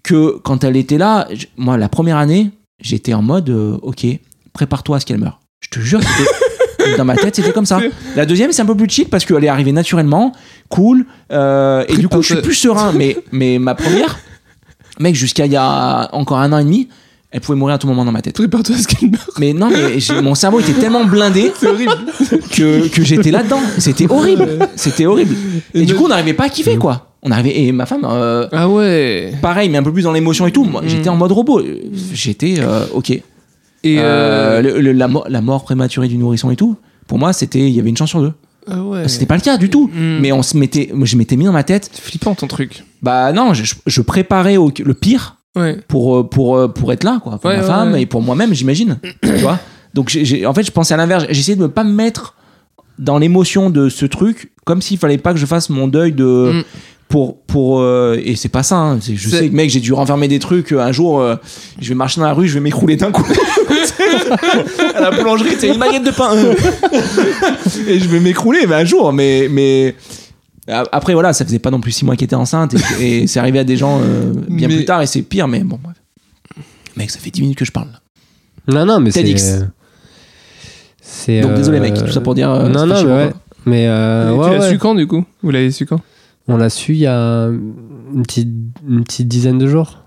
Speaker 1: que quand elle était là, je- moi, la première année, j'étais en mode, euh, ok, prépare-toi à ce qu'elle meure. Je te jure, <laughs> c'était- dans ma tête, c'était comme ça. La deuxième, c'est un peu plus chill parce qu'elle est arrivée naturellement, cool, euh, et du coup, je suis plus serein. Mais, mais ma première, mec, jusqu'à il y a encore un an et demi, elle pouvait mourir à tout moment dans ma tête.
Speaker 2: Prépare-toi à ce qu'elle meurt.
Speaker 1: Mais non, mais j'ai- mon cerveau était tellement blindé que, que j'étais là-dedans. C'était horrible. C'était horrible. Et, Mm. du coup, on n'arrivait pas à kiffer, quoi. On arrivait, et ma femme, euh,
Speaker 2: Ah ouais.
Speaker 1: pareil, mais un peu plus dans l'émotion et tout. Moi, j'étais en mode robot. Euh, J'étais euh, ok.
Speaker 2: Mm. Et.
Speaker 1: Euh,
Speaker 2: euh,
Speaker 1: le- le- la, mo- la mort prématurée du nourrisson et tout. Pour moi, c'était il y avait une chance sur deux.
Speaker 2: Ah ouais.
Speaker 1: C'était pas le cas du tout.
Speaker 2: Mm.
Speaker 1: Mais on se mettait, moi, je m'étais mis dans ma tête.
Speaker 2: C'est flippant ton truc.
Speaker 1: Bah non, je, je préparais au- le pire
Speaker 2: Ouais.
Speaker 1: pour euh, pour euh, pour être là quoi, pour
Speaker 2: Ouais,
Speaker 1: ma
Speaker 2: ouais,
Speaker 1: femme
Speaker 2: ouais.
Speaker 1: et pour moi-même,
Speaker 2: <clears throat>
Speaker 1: j'imagine. tu vois. Donc j'ai- j'ai- en fait, je pensais à l'inverse. J'essayais de ne pas me mettre dans l'émotion de ce truc, comme s'il fallait pas que je fasse mon deuil de
Speaker 2: Mm.
Speaker 1: pour pour euh, et c'est pas ça. hein, c'est- je
Speaker 2: C'est-
Speaker 1: sais que mec, j'ai dû renfermer des trucs. euh, Un jour, euh, je vais marcher dans la rue, je vais m'écrouler d'un coup. à la boulangerie, c'est une baguette de pain. euh. <laughs> et je vais m'écrouler, mais un jour, mais mais a- après voilà, ça faisait pas non plus six mois qu'elle était enceinte et, et c'est arrivé à des gens euh, bien
Speaker 2: Mais-
Speaker 1: plus tard et c'est pire. Mais bon, bref. Mec, ça fait 10 minutes que je parle.
Speaker 3: Ah,
Speaker 1: là.
Speaker 3: Non, non, mais c'est.
Speaker 1: TEDx.
Speaker 3: C'est.
Speaker 1: Donc,
Speaker 3: euh,
Speaker 1: désolé, mec, tout ça pour dire, euh,
Speaker 3: non,
Speaker 1: c'était
Speaker 3: non,
Speaker 1: chez
Speaker 3: mais
Speaker 1: moi,
Speaker 3: ouais.
Speaker 1: quoi.
Speaker 3: Mais euh,
Speaker 2: Et
Speaker 3: ouais,
Speaker 2: tu l'as
Speaker 3: ouais.
Speaker 2: su quand du coup Vous l'avez su quand
Speaker 3: on l'a su il y a une petite, une petite dizaine de jours.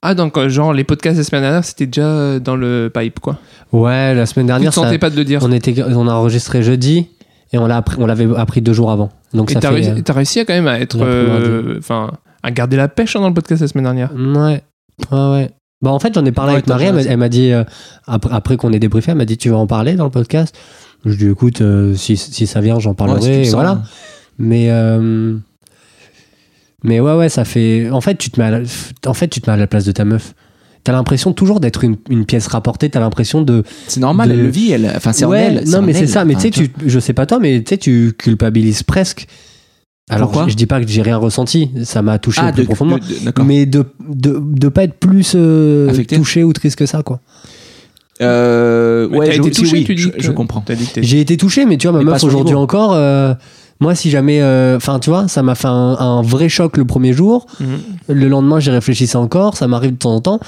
Speaker 2: Ah donc euh, genre les podcasts la semaine dernière c'était déjà euh, dans le pipe quoi.
Speaker 3: Ouais, la semaine
Speaker 2: Tu te
Speaker 3: dernière, Ah, ça-
Speaker 2: sentais pas de le dire.
Speaker 3: on, était, on a enregistré jeudi et on l'a appris- on l'avait appris deux jours avant. Donc
Speaker 2: Et
Speaker 3: ça
Speaker 2: t'as
Speaker 3: fait. euh,
Speaker 2: réussi, t'as réussi à quand même à être,
Speaker 3: on a pris mardi.
Speaker 2: euh, enfin, à garder la pêche hein, dans le podcast la semaine dernière.
Speaker 3: euh, Ouais. Ouais, ouais. Bah, en fait, j'en ai parlé
Speaker 2: Ouais,
Speaker 3: avec
Speaker 2: t'as
Speaker 3: Marie. Elle m'a-
Speaker 2: raison.
Speaker 3: elle m'a dit, euh, après, après qu'on ait débriefé, elle m'a dit Tu vas en parler dans le podcast Je lui ai dit Écoute, euh, si, si ça vient, j'en
Speaker 1: Ouais, si tu
Speaker 3: parlerai.
Speaker 1: le
Speaker 3: et
Speaker 1: sens.
Speaker 3: voilà. Mais euh, mais ouais ouais ça fait en fait tu te mets à la, en fait tu te mets à la place de ta meuf. T'as l'impression toujours d'être une, une pièce rapportée. T'as l'impression de
Speaker 1: C'est normal,
Speaker 3: De-
Speaker 1: elle le vit, elle. Enfin, c'est en
Speaker 3: Ouais,
Speaker 1: elle.
Speaker 3: Non
Speaker 1: en
Speaker 3: mais c'est
Speaker 1: elle.
Speaker 3: ça. Mais
Speaker 1: Enfin,
Speaker 3: tu sais tu je sais pas toi mais tu sais tu culpabilises presque. Alors
Speaker 1: Pourquoi
Speaker 3: je, je dis pas que j'ai rien ressenti. Ça m'a touché
Speaker 1: Ah,
Speaker 3: au plus
Speaker 1: de-
Speaker 3: profondément.
Speaker 1: de- de- d'accord.
Speaker 3: mais de, de de pas être plus euh,
Speaker 1: Affecté
Speaker 3: touché ou triste que ça quoi.
Speaker 1: Euh,
Speaker 2: Mais
Speaker 1: ouais,
Speaker 2: t'as
Speaker 1: je,
Speaker 2: été
Speaker 1: si,
Speaker 2: touché,
Speaker 1: oui,
Speaker 2: tu dis
Speaker 1: je,
Speaker 2: que-
Speaker 1: je comprends.
Speaker 2: T'as dit que t'es-
Speaker 3: J'ai été touché, mais tu vois, ma
Speaker 1: Mais pas à
Speaker 3: meuf
Speaker 1: son
Speaker 3: aujourd'hui
Speaker 1: niveau.
Speaker 3: encore, euh, moi, si jamais. euh, Enfin, tu vois, ça m'a fait un, un vrai choc le premier jour.
Speaker 2: Mhm.
Speaker 3: Le lendemain, j'y réfléchissais encore. Ça m'arrive de temps en temps.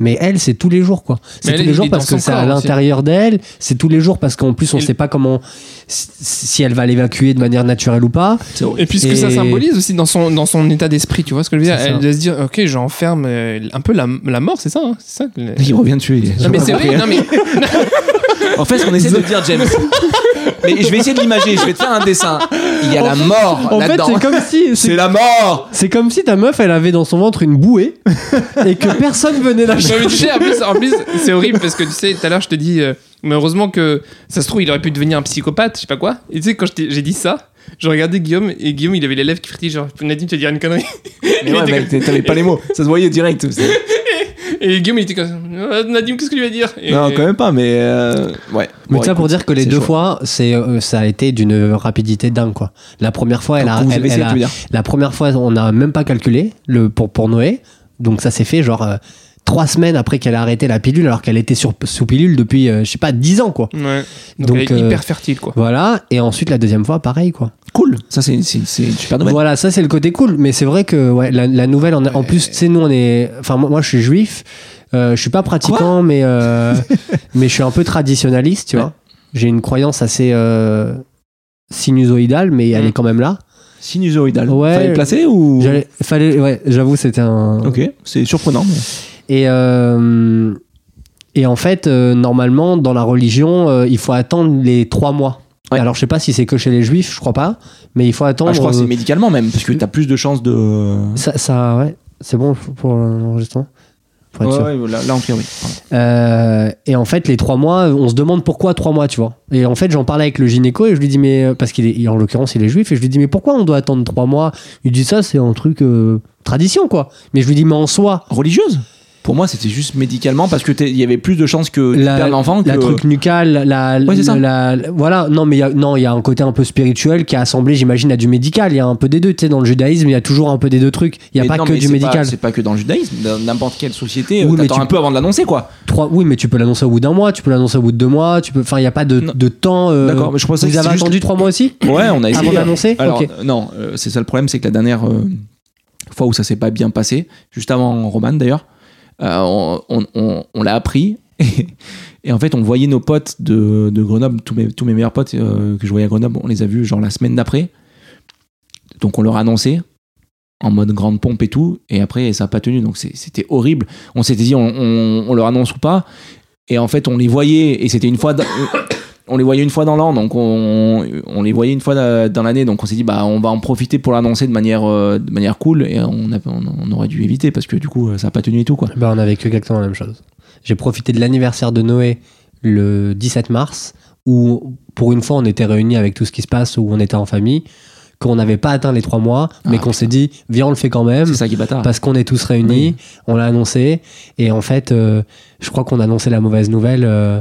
Speaker 3: Mais elle, c'est tous les jours, quoi.
Speaker 2: Mais
Speaker 3: C'est
Speaker 2: elle,
Speaker 3: tous les
Speaker 2: il
Speaker 3: jours
Speaker 2: est
Speaker 3: parce
Speaker 2: dans
Speaker 3: que
Speaker 2: son
Speaker 3: c'est à
Speaker 2: corps aussi.
Speaker 3: l'intérieur d'elle. C'est tous les jours parce qu'en plus, on
Speaker 2: Et-
Speaker 3: sait pas comment. Si si elle va l'évacuer de manière naturelle ou pas.
Speaker 1: C'est horrible.
Speaker 2: Et puis ce que ça
Speaker 3: Et-
Speaker 2: symbolise aussi dans son, dans son état d'esprit, tu vois ce que je veux dire
Speaker 3: C'est ça.
Speaker 2: Elle doit se dire, ok, j'enferme euh, un peu la, la mort, c'est ça hein C'est ça que-
Speaker 1: Il revient dessus. il-
Speaker 2: Non mais c'est vrai, non mais
Speaker 1: En fait, ce qu'on essaie de dire, James. Mais je vais essayer de l'imager, je vais te faire un dessin. Il y a la mort
Speaker 3: En fait,
Speaker 1: là-dedans.
Speaker 3: c'est comme si.
Speaker 1: C'est
Speaker 3: C'est
Speaker 1: la mort
Speaker 3: c'est comme si ta meuf, elle avait dans son ventre
Speaker 2: <laughs>
Speaker 3: une bouée et que personne venait la
Speaker 2: Non, mais tu sais, en plus, en plus, c'est horrible parce que tu sais, tout à l'heure, je te dis, euh, mais heureusement que ça se trouve, il aurait pu devenir un psychopathe, je sais pas quoi. Et tu sais, quand je t'ai- j'ai dit ça, je regardais Guillaume et Guillaume, il avait les lèvres qui frétillaient, genre, Nadine, tu vas dire une connerie.
Speaker 1: Mais
Speaker 2: Il
Speaker 1: ouais,
Speaker 2: était
Speaker 1: mec, t'es- t'avais pas les mots, ça se voyait direct. c'est-
Speaker 2: Et Guillaume, il était comme ça, Ah, Nadine, qu'est-ce que tu vas dire Et-
Speaker 1: Non, quand même pas, mais. euh, Ouais.
Speaker 3: Mais
Speaker 1: Bon,
Speaker 3: ça pour
Speaker 1: écoute,
Speaker 3: dire que les
Speaker 1: c'est
Speaker 3: deux
Speaker 1: chaud.
Speaker 3: fois, c'est euh, ça a été d'une rapidité dingue quoi. La première fois, elle a,
Speaker 1: Quand vous
Speaker 3: elle-
Speaker 1: avez
Speaker 3: elle
Speaker 1: essayé,
Speaker 3: a-
Speaker 1: tu veux dire.
Speaker 3: la première fois, on n'a même pas calculé le pour pour Noé, donc ça s'est fait genre euh, trois semaines après qu'elle a arrêté la pilule, alors qu'elle était sur, sous pilule depuis euh, je sais pas dix ans
Speaker 1: Mm.
Speaker 3: quoi.
Speaker 2: Ouais. Donc,
Speaker 3: Donc,
Speaker 2: elle est
Speaker 3: euh,
Speaker 2: hyper fertile, quoi.
Speaker 3: Voilà. Et ensuite la deuxième fois, pareil quoi.
Speaker 1: Cool, ça c'est c'est- c'est une super nouvelle.
Speaker 3: Voilà, ça c'est le côté cool, mais c'est vrai que ouais, la, la nouvelle, en, en plus, tu sais, nous on est. Enfin, moi, moi, je suis juif, euh, je suis pas pratiquant, mais,
Speaker 1: <laughs>
Speaker 3: euh, mais je suis un peu traditionnaliste, tu
Speaker 1: Ouais.
Speaker 3: vois. J'ai une croyance assez euh, sinusoïdale, mais elle
Speaker 2: Mm.
Speaker 3: est quand même là.
Speaker 1: Sinusoïdal.
Speaker 3: Ouais.
Speaker 1: Fallait le placer ou.
Speaker 3: J'allais- Fallait, ouais, j'avoue, c'était un.
Speaker 1: Ok, c'est surprenant. mais-
Speaker 3: Et, euh, et en fait, euh, normalement, dans la religion, euh, il faut attendre les trois mois.
Speaker 1: Ouais.
Speaker 3: Alors, je sais pas si c'est que chez les juifs, je crois pas, mais il faut attendre.
Speaker 1: Ah, je crois que
Speaker 3: euh,
Speaker 1: c'est médicalement même, parce que t'as plus de chances de.
Speaker 3: ça, ça, ouais, c'est bon pour l'enregistrement. Pour être
Speaker 1: Ouais,
Speaker 3: sûr.
Speaker 1: ouais, là, là, en priori. Pardon.
Speaker 3: Euh, et en fait, les trois mois, on se demande pourquoi trois mois, tu vois. Et en fait, j'en parlais avec le gynéco et je lui dis, mais euh, parce qu'il est, en l'occurrence, il est juif, et je lui dis, mais pourquoi on doit attendre trois mois Il dit, ça, c'est un truc euh, tradition, quoi. Mais je lui dis, mais en soi,
Speaker 1: Religieuse Pour moi, c'était juste médicalement, parce que t'es- il y avait plus de chances que tu
Speaker 3: La-
Speaker 1: perds l'enfant que.
Speaker 3: la truc nucal, la,
Speaker 1: Ouais, c'est ça.
Speaker 3: la- la- voilà, non, mais il y a- non, il y a un côté un peu spirituel qui est assemblé, j'imagine, à du médical. Il y a un peu des deux, tu sais, dans le judaïsme, il y a toujours un peu des deux trucs. Il n'y
Speaker 1: Mais
Speaker 3: a pas
Speaker 1: non,
Speaker 3: que
Speaker 1: mais
Speaker 3: du
Speaker 1: c'est
Speaker 3: médical.
Speaker 1: pas- C'est pas que dans le judaïsme, dans n'importe quelle société,
Speaker 3: Oui,
Speaker 1: euh,
Speaker 3: mais
Speaker 1: t'attends
Speaker 3: tu-
Speaker 1: un peu avant de l'annoncer quoi.
Speaker 3: Trois, oui, mais tu peux l'annoncer au bout d'un mois, tu peux l'annoncer au bout de deux mois, tu peux, enfin, il n'y a pas de,
Speaker 1: Non.
Speaker 3: de temps. euh,
Speaker 1: D'accord, mais je pensais que
Speaker 3: Vous
Speaker 1: c'est
Speaker 3: avez
Speaker 1: juste-
Speaker 3: attendu trois mois aussi
Speaker 1: Ouais, on a essayé.
Speaker 3: Avant d'annoncer
Speaker 1: Alors,
Speaker 3: Ok.
Speaker 1: euh, non, euh, c'est ça le problème, c'est que la dernière euh, fois où ça s'est pas bien passé, juste avant Roman d'ailleurs, euh, on, on- on- on l'a appris. <laughs> Et, et en fait, on voyait nos potes de, de Grenoble, tous mes, tous mes meilleurs potes euh, que je voyais à Grenoble, on les a vus genre la semaine d'après. Donc on leur a annoncé en mode grande pompe et tout. Et après, ça n'a pas tenu. Donc c'est- c'était horrible. On s'était dit, on, on- on leur annonce ou pas. Et en fait, on les voyait. Et c'était une fois. dans- On les voyait une fois dans l'an, donc on, on les voyait une fois da- dans l'année, donc on s'est dit bah on va en profiter pour l'annoncer de manière euh, de manière cool et on, a- on, on aurait dû éviter parce que du coup euh, ça n'a pas tenu et tout quoi.
Speaker 3: Ben, on a vécu exactement la même chose. J'ai profité de l'anniversaire de Noé le 17 mars, où pour une fois on était réunis avec tout ce qui se passe, où on était en famille, qu'on n'avait pas atteint les trois mois, mais
Speaker 1: Ah,
Speaker 3: qu'on s'est dit, viens, on le fait quand même,
Speaker 1: C'est ça qui est bâtard.
Speaker 3: parce qu'on est tous réunis, on l'a annoncé, et en fait, euh, je crois qu'on a annoncé la mauvaise nouvelle. euh,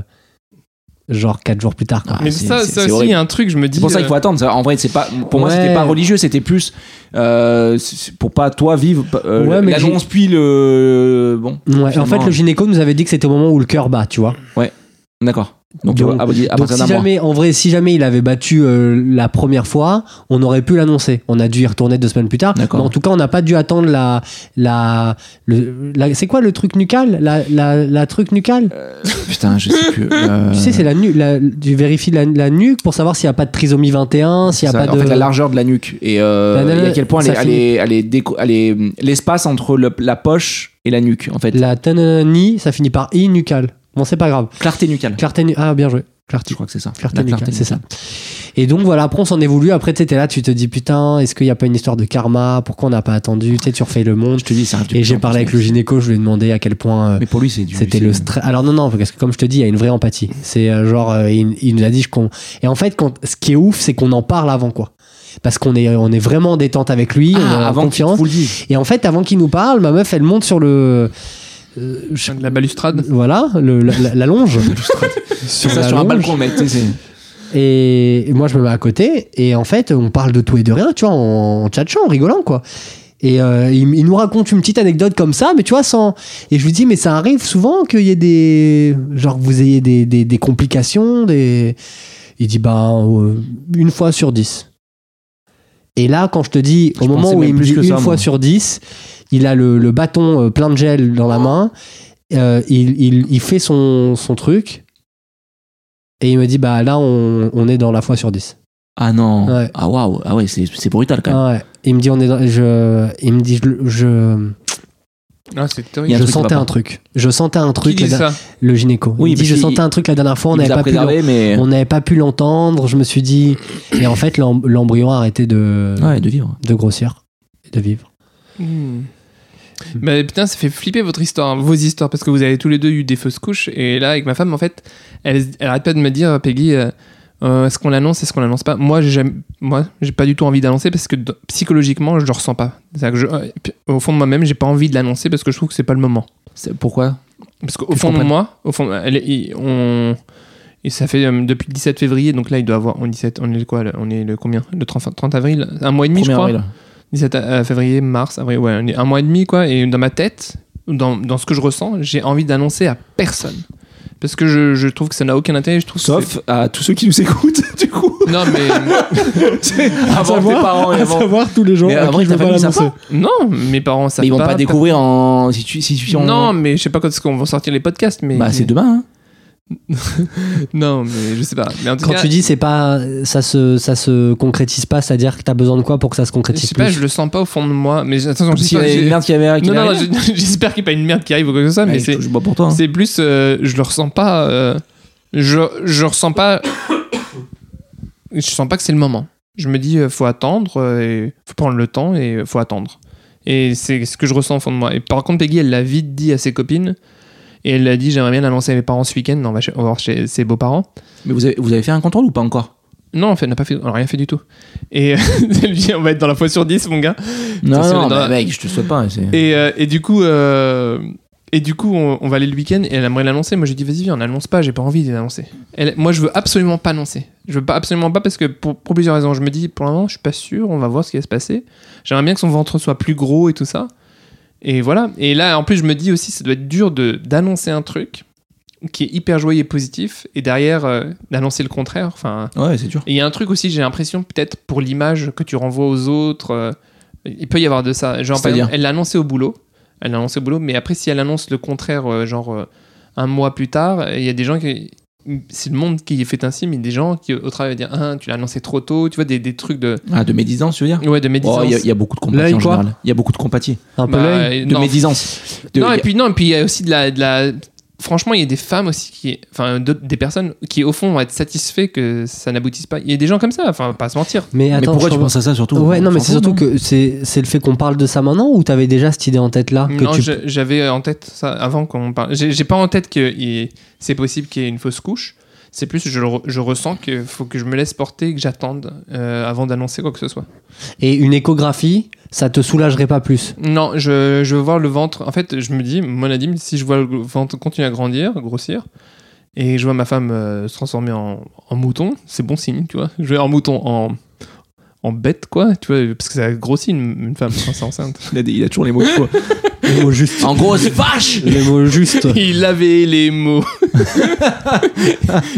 Speaker 3: genre 4 jours plus tard. Quoi.
Speaker 2: Mais
Speaker 1: Ah, c'est-
Speaker 2: ça,
Speaker 1: c'est- c'est
Speaker 2: ça aussi, il y
Speaker 1: horrible.
Speaker 2: a un truc, je me dis.
Speaker 1: C'est pour ça
Speaker 2: euh,
Speaker 1: qu'il faut attendre. ça. En vrai, c'est pas. Pour moi,
Speaker 3: hein, Ouais.
Speaker 1: c'était pas religieux, c'était plus euh, c'est pour pas toi vivre euh,
Speaker 3: Ouais, mais
Speaker 1: l'annonce puis le bon.
Speaker 3: Ouais, en fait,
Speaker 1: Finalement.
Speaker 3: le gynéco nous avait dit que c'était au moment où le cœur bat, tu vois.
Speaker 1: D'accord. Donc,
Speaker 3: Donc-
Speaker 1: à, à
Speaker 3: Donc
Speaker 1: partir d'un
Speaker 3: si
Speaker 1: mois.
Speaker 3: jamais, en vrai, si jamais il avait battu euh, la première fois, on aurait pu l'annoncer. On a dû y retourner deux semaines plus tard. Mais
Speaker 1: D'accord.
Speaker 3: en tout cas, on n'a pas dû attendre la, la, le- la- c'est quoi le truc nucal La, la, la truc nucal
Speaker 1: Euh, Putain, je sais
Speaker 3: <laughs>
Speaker 1: plus. euh,
Speaker 3: Tu sais, c'est la nuque. La, tu vérifies la, la nuque pour savoir s'il n'y a pas de trisomie 21, s'il n'y a
Speaker 1: ça,
Speaker 3: pas
Speaker 1: en
Speaker 3: de.
Speaker 1: fait, la largeur de la nuque et, euh,
Speaker 3: La- la-
Speaker 1: et à quel point elle est-
Speaker 3: ça
Speaker 1: elle est- elle est déco- elle est, hum, l'espace entre le- la poche et la nuque en fait.
Speaker 3: La tanani, ça finit par i nucal. Bon, c'est pas grave.
Speaker 1: Clarté nucale.
Speaker 3: Clarté nu- Ah, bien joué.
Speaker 1: Je
Speaker 3: Clarté.
Speaker 1: crois que c'est ça.
Speaker 3: Clarté
Speaker 1: La
Speaker 3: nucale,
Speaker 1: clarté
Speaker 3: c'est ça.
Speaker 1: nucale.
Speaker 3: Et donc voilà, après on s'en évolue. Après, tu sais, t'es là, tu te dis putain, est-ce qu'il n'y a pas une histoire de karma Pourquoi on n'a pas attendu Tu sais, tu refais le monde.
Speaker 1: Je te dis, c'est un truc
Speaker 3: Et j'ai
Speaker 1: de
Speaker 3: parlé
Speaker 1: gens,
Speaker 3: avec le gynéco, je lui ai demandé à quel point euh,
Speaker 1: Mais pour lui, c'est du.
Speaker 3: c'était
Speaker 1: c'est-
Speaker 3: le stress. Alors non, non, parce que comme je te dis, il y a une vraie empathie. C'est euh, genre, euh, il, il nous a dit qu'on. Et en fait, quand, ce qui est ouf, c'est qu'on en parle avant quoi. Parce qu'on est, on est vraiment en détente avec lui, on est
Speaker 1: Ah,
Speaker 3: euh, en
Speaker 1: avant qu'il
Speaker 3: confiance.
Speaker 1: vous le dise.
Speaker 3: Et en fait, avant qu'il nous parle, ma meuf, elle monte sur le. euh, je-
Speaker 2: de La balustrade.
Speaker 3: Voilà, le- la, la- la <laughs> longe.
Speaker 1: Sur ça,
Speaker 3: la
Speaker 1: sur un
Speaker 3: longe.
Speaker 1: balcon, mec. tu sais, c'est-
Speaker 3: Et moi, je me mets à côté. Et en fait, on parle de tout et de rien, tu vois, en, en tchatchant, en rigolant, quoi. Et euh, il, il nous raconte une petite anecdote comme ça, mais tu vois, sans. Et je lui dis, mais ça arrive souvent qu'il y ait des. Genre, que vous ayez des, des- des complications, des. Il dit, bah, euh, une fois sur dix. Et là, quand je te dis, au
Speaker 1: Je
Speaker 3: moment
Speaker 1: pensais
Speaker 3: où
Speaker 1: même
Speaker 3: il me
Speaker 1: plus
Speaker 3: dit
Speaker 1: que
Speaker 3: une
Speaker 1: ça,
Speaker 3: fois
Speaker 1: moi.
Speaker 3: sur dix, il a le, le bâton euh, plein de gel dans la main, euh, il, il- il fait son, son truc, et il me dit, bah là, on, on est dans la fois sur dix.
Speaker 1: Ah non.
Speaker 3: Ouais.
Speaker 1: Ah waouh. Ah ouais, c'est c'est brutal quand même.
Speaker 3: Ah ouais. Il me dit, on est dans- je, il me dit, je, je,
Speaker 2: Ah, c'est
Speaker 1: Il y a un
Speaker 2: terrible.
Speaker 3: je
Speaker 1: truc qui
Speaker 3: sentais
Speaker 1: va
Speaker 3: un
Speaker 1: pas.
Speaker 3: truc. Je sentais un
Speaker 2: Qui
Speaker 3: truc,
Speaker 2: dit
Speaker 3: la-
Speaker 2: ça
Speaker 3: le gynéco.
Speaker 1: Oui,
Speaker 3: il dit,
Speaker 1: parce
Speaker 3: je
Speaker 1: qu'il-
Speaker 3: sentais un truc la dernière fois, Ah, on
Speaker 1: Il
Speaker 3: n'avait
Speaker 1: vous l'a
Speaker 3: pas pu l'en-
Speaker 1: préservé, mais.
Speaker 3: on n'avait pas pu l'entendre, je me
Speaker 1: <coughs>
Speaker 3: suis dit. Et en fait, l'em- l'embryon a arrêté de,
Speaker 1: Ouais, de vivre.
Speaker 3: de grossir, et de vivre.
Speaker 2: Hmm. Mais putain, ça fait flipper votre histoire, hein, vos histoires, parce que vous avez tous les deux eu des fausses couches. Et là, avec ma femme, en fait, elle, elle arrête pas de me dire, Peggy, euh, euh, est-ce qu'on l'annonce, est-ce qu'on l'annonce pas Moi, j'ai jamais- moi, j'ai pas du tout envie d'annoncer parce que d- psychologiquement, je le ressens pas. C'est-à-dire que je- euh, puis, au fond de moi-même, j'ai pas envie de l'annoncer parce que je trouve que c'est pas le moment.
Speaker 1: C'est- Pourquoi
Speaker 2: Parce qu'au fond de moi, au fond, elle est- il- on, et ça fait euh, depuis le 17 février, donc là, il doit avoir, on, 17, on est le quoi là On est le combien Le 30, 30 avril Un mois et demi, je
Speaker 1: Premier
Speaker 2: crois.
Speaker 1: avril.
Speaker 2: 17 à- euh, février, mars, avril, ouais, on est un mois et demi, quoi. Et dans ma tête, dans, dans ce que je ressens, j'ai envie d'annoncer à personne. Parce que je, je trouve que ça n'a aucun intérêt. Je trouve que
Speaker 1: Sauf à tous ceux qui nous écoutent, <laughs> du coup.
Speaker 2: c'est- Non, mais.
Speaker 1: C'est- avant tes parents et avant.
Speaker 3: tous les gens
Speaker 1: Mais avant, ta famille, ça va.
Speaker 2: non, mes parents savent
Speaker 1: Mais ils vont pas
Speaker 2: découvrir
Speaker 1: découvrir en. Si tu. Si tu en-
Speaker 2: Non, mais je sais pas quand est-ce qu'on va sortir les podcasts. Mais...
Speaker 1: Bah, c'est demain. hein.
Speaker 2: Non, mais je sais pas. Mais en tout
Speaker 3: Quand
Speaker 2: cas,
Speaker 3: tu dis c'est pas ça se ça se concrétise pas, c'est-à-dire que t'as besoin de quoi pour que ça se
Speaker 2: je
Speaker 3: concrétise
Speaker 2: sais pas,
Speaker 3: plus
Speaker 2: je le sens pas au fond de moi. Mais attention,
Speaker 1: Comme s'il y
Speaker 2: j'espère
Speaker 1: avait
Speaker 2: que
Speaker 1: une
Speaker 2: j'ai-
Speaker 1: merde qui avait. qui
Speaker 2: Non, non,
Speaker 1: n'arrive.
Speaker 2: je- <laughs> j'espère qu'il n'y a pas une merde qui arrive ou quoi que ce soit.
Speaker 1: Ouais,
Speaker 2: mais
Speaker 1: je-
Speaker 2: c'est.
Speaker 1: Je bois pour toi. hein.
Speaker 2: C'est plus, euh, je le ressens pas. euh, je, je ressens pas. Je sens pas que c'est le moment. Je me dis, euh, faut attendre, euh, et faut prendre le temps et euh, faut attendre. Et c'est ce que je ressens au fond de moi. Et par contre, Peggy, elle l'a vite dit à ses copines. Et elle l'a dit, j'aimerais bien l'annoncer à mes parents ce week-end. Non, on va, chez- on va voir chez ses beaux-parents.
Speaker 1: Mais vous avez, vous avez fait un contrôle ou pas encore
Speaker 2: Non, en fait, elle n'a pas fait, on n'a rien fait du tout. Et <laughs> elle dit, on va être dans la fois sur 10, mon gars.
Speaker 1: Non,
Speaker 2: Attention,
Speaker 1: non,
Speaker 2: les dents-
Speaker 1: mais mec, je te souhaite pas. c'est-
Speaker 2: Et, euh, et du coup, euh, et du coup, on, on va aller le week-end et elle aimerait l'annoncer. Moi, j'ai dit vas-y, viens, on n'annonce pas. J'ai pas envie d'annoncer. Elle, moi, je veux absolument pas annoncer. Je veux pas absolument pas parce que pour, pour plusieurs raisons, je me dis pour l'instant, je suis pas sûr. On va voir ce qui va se passer. J'aimerais bien que son ventre soit plus gros et tout ça. Et voilà. Et là, en plus, je me dis aussi, ça doit être dur de d'annoncer un truc qui est hyper joyeux et positif et derrière euh, d'annoncer le contraire. Enfin,
Speaker 1: Ouais, c'est dur.
Speaker 2: et il y a un truc aussi, j'ai l'impression, peut-être pour l'image que tu renvoies aux autres, euh, il peut y avoir de ça. Genre, par
Speaker 1: C'est-à-dire
Speaker 2: exemple, elle l'a annoncé au boulot, elle l'a annoncé au boulot, mais après, si elle annonce le contraire, euh, genre euh, un mois plus tard, euh, il y a des gens qui. C'est le monde qui est fait ainsi, mais des gens qui, au travail, vont dire Ah, tu l'as annoncé trop tôt, tu vois, des, des trucs de.
Speaker 1: Ah, de médisance, tu veux dire
Speaker 2: Ouais, de médisance.
Speaker 1: Oh, Il y, a- il y a beaucoup de
Speaker 3: L'œil,
Speaker 1: compatis en
Speaker 3: quoi
Speaker 1: général. Il y a beaucoup de compatis.
Speaker 3: Un peu
Speaker 2: Bah,
Speaker 3: l'œil.
Speaker 2: euh,
Speaker 1: De
Speaker 2: non,
Speaker 1: médisance. De-
Speaker 2: non, et puis non, et puis il y a aussi de la, de la- Franchement, il y a des femmes aussi qui, enfin, d'autres- des personnes qui au fond vont être satisfaits que ça n'aboutisse pas. Il y a des gens comme ça, enfin, pas à se mentir.
Speaker 3: Mais
Speaker 1: Mais
Speaker 3: attends,
Speaker 1: pourquoi
Speaker 3: je
Speaker 1: tu penses à ça surtout
Speaker 3: Ouais, non, mais
Speaker 1: Enfin,
Speaker 3: c'est surtout
Speaker 1: non.
Speaker 3: que c'est c'est le fait qu'on parle de ça maintenant ou t'avais déjà cette idée en tête là que
Speaker 2: Non,
Speaker 3: tu...
Speaker 2: je- j'avais en tête ça avant qu'on parle. J'ai j'ai pas en tête que il- c'est possible qu'il y ait une fausse couche. C'est plus, je, le re- je ressens qu'il faut que je me laisse porter et que j'attende euh, avant d'annoncer quoi que ce soit.
Speaker 3: Et une échographie, ça te soulagerait pas plus
Speaker 2: Non, je, je veux voir le ventre. En fait, je me dis, mon adim, si je vois le ventre continuer à grandir, grossir, et je vois ma femme euh, se transformer en, en mouton, c'est bon signe, tu vois. Je vais en mouton, en, en bête, quoi, tu vois, parce que ça grossit une, une femme quand c'est enceinte.
Speaker 1: Il a, des- il a toujours <laughs> les mots qu'il faut.
Speaker 3: Les mots justes.
Speaker 1: En grosse vache
Speaker 3: Les
Speaker 1: <laughs>
Speaker 3: mots justes.
Speaker 2: <laughs> Il avait les mots. <laughs>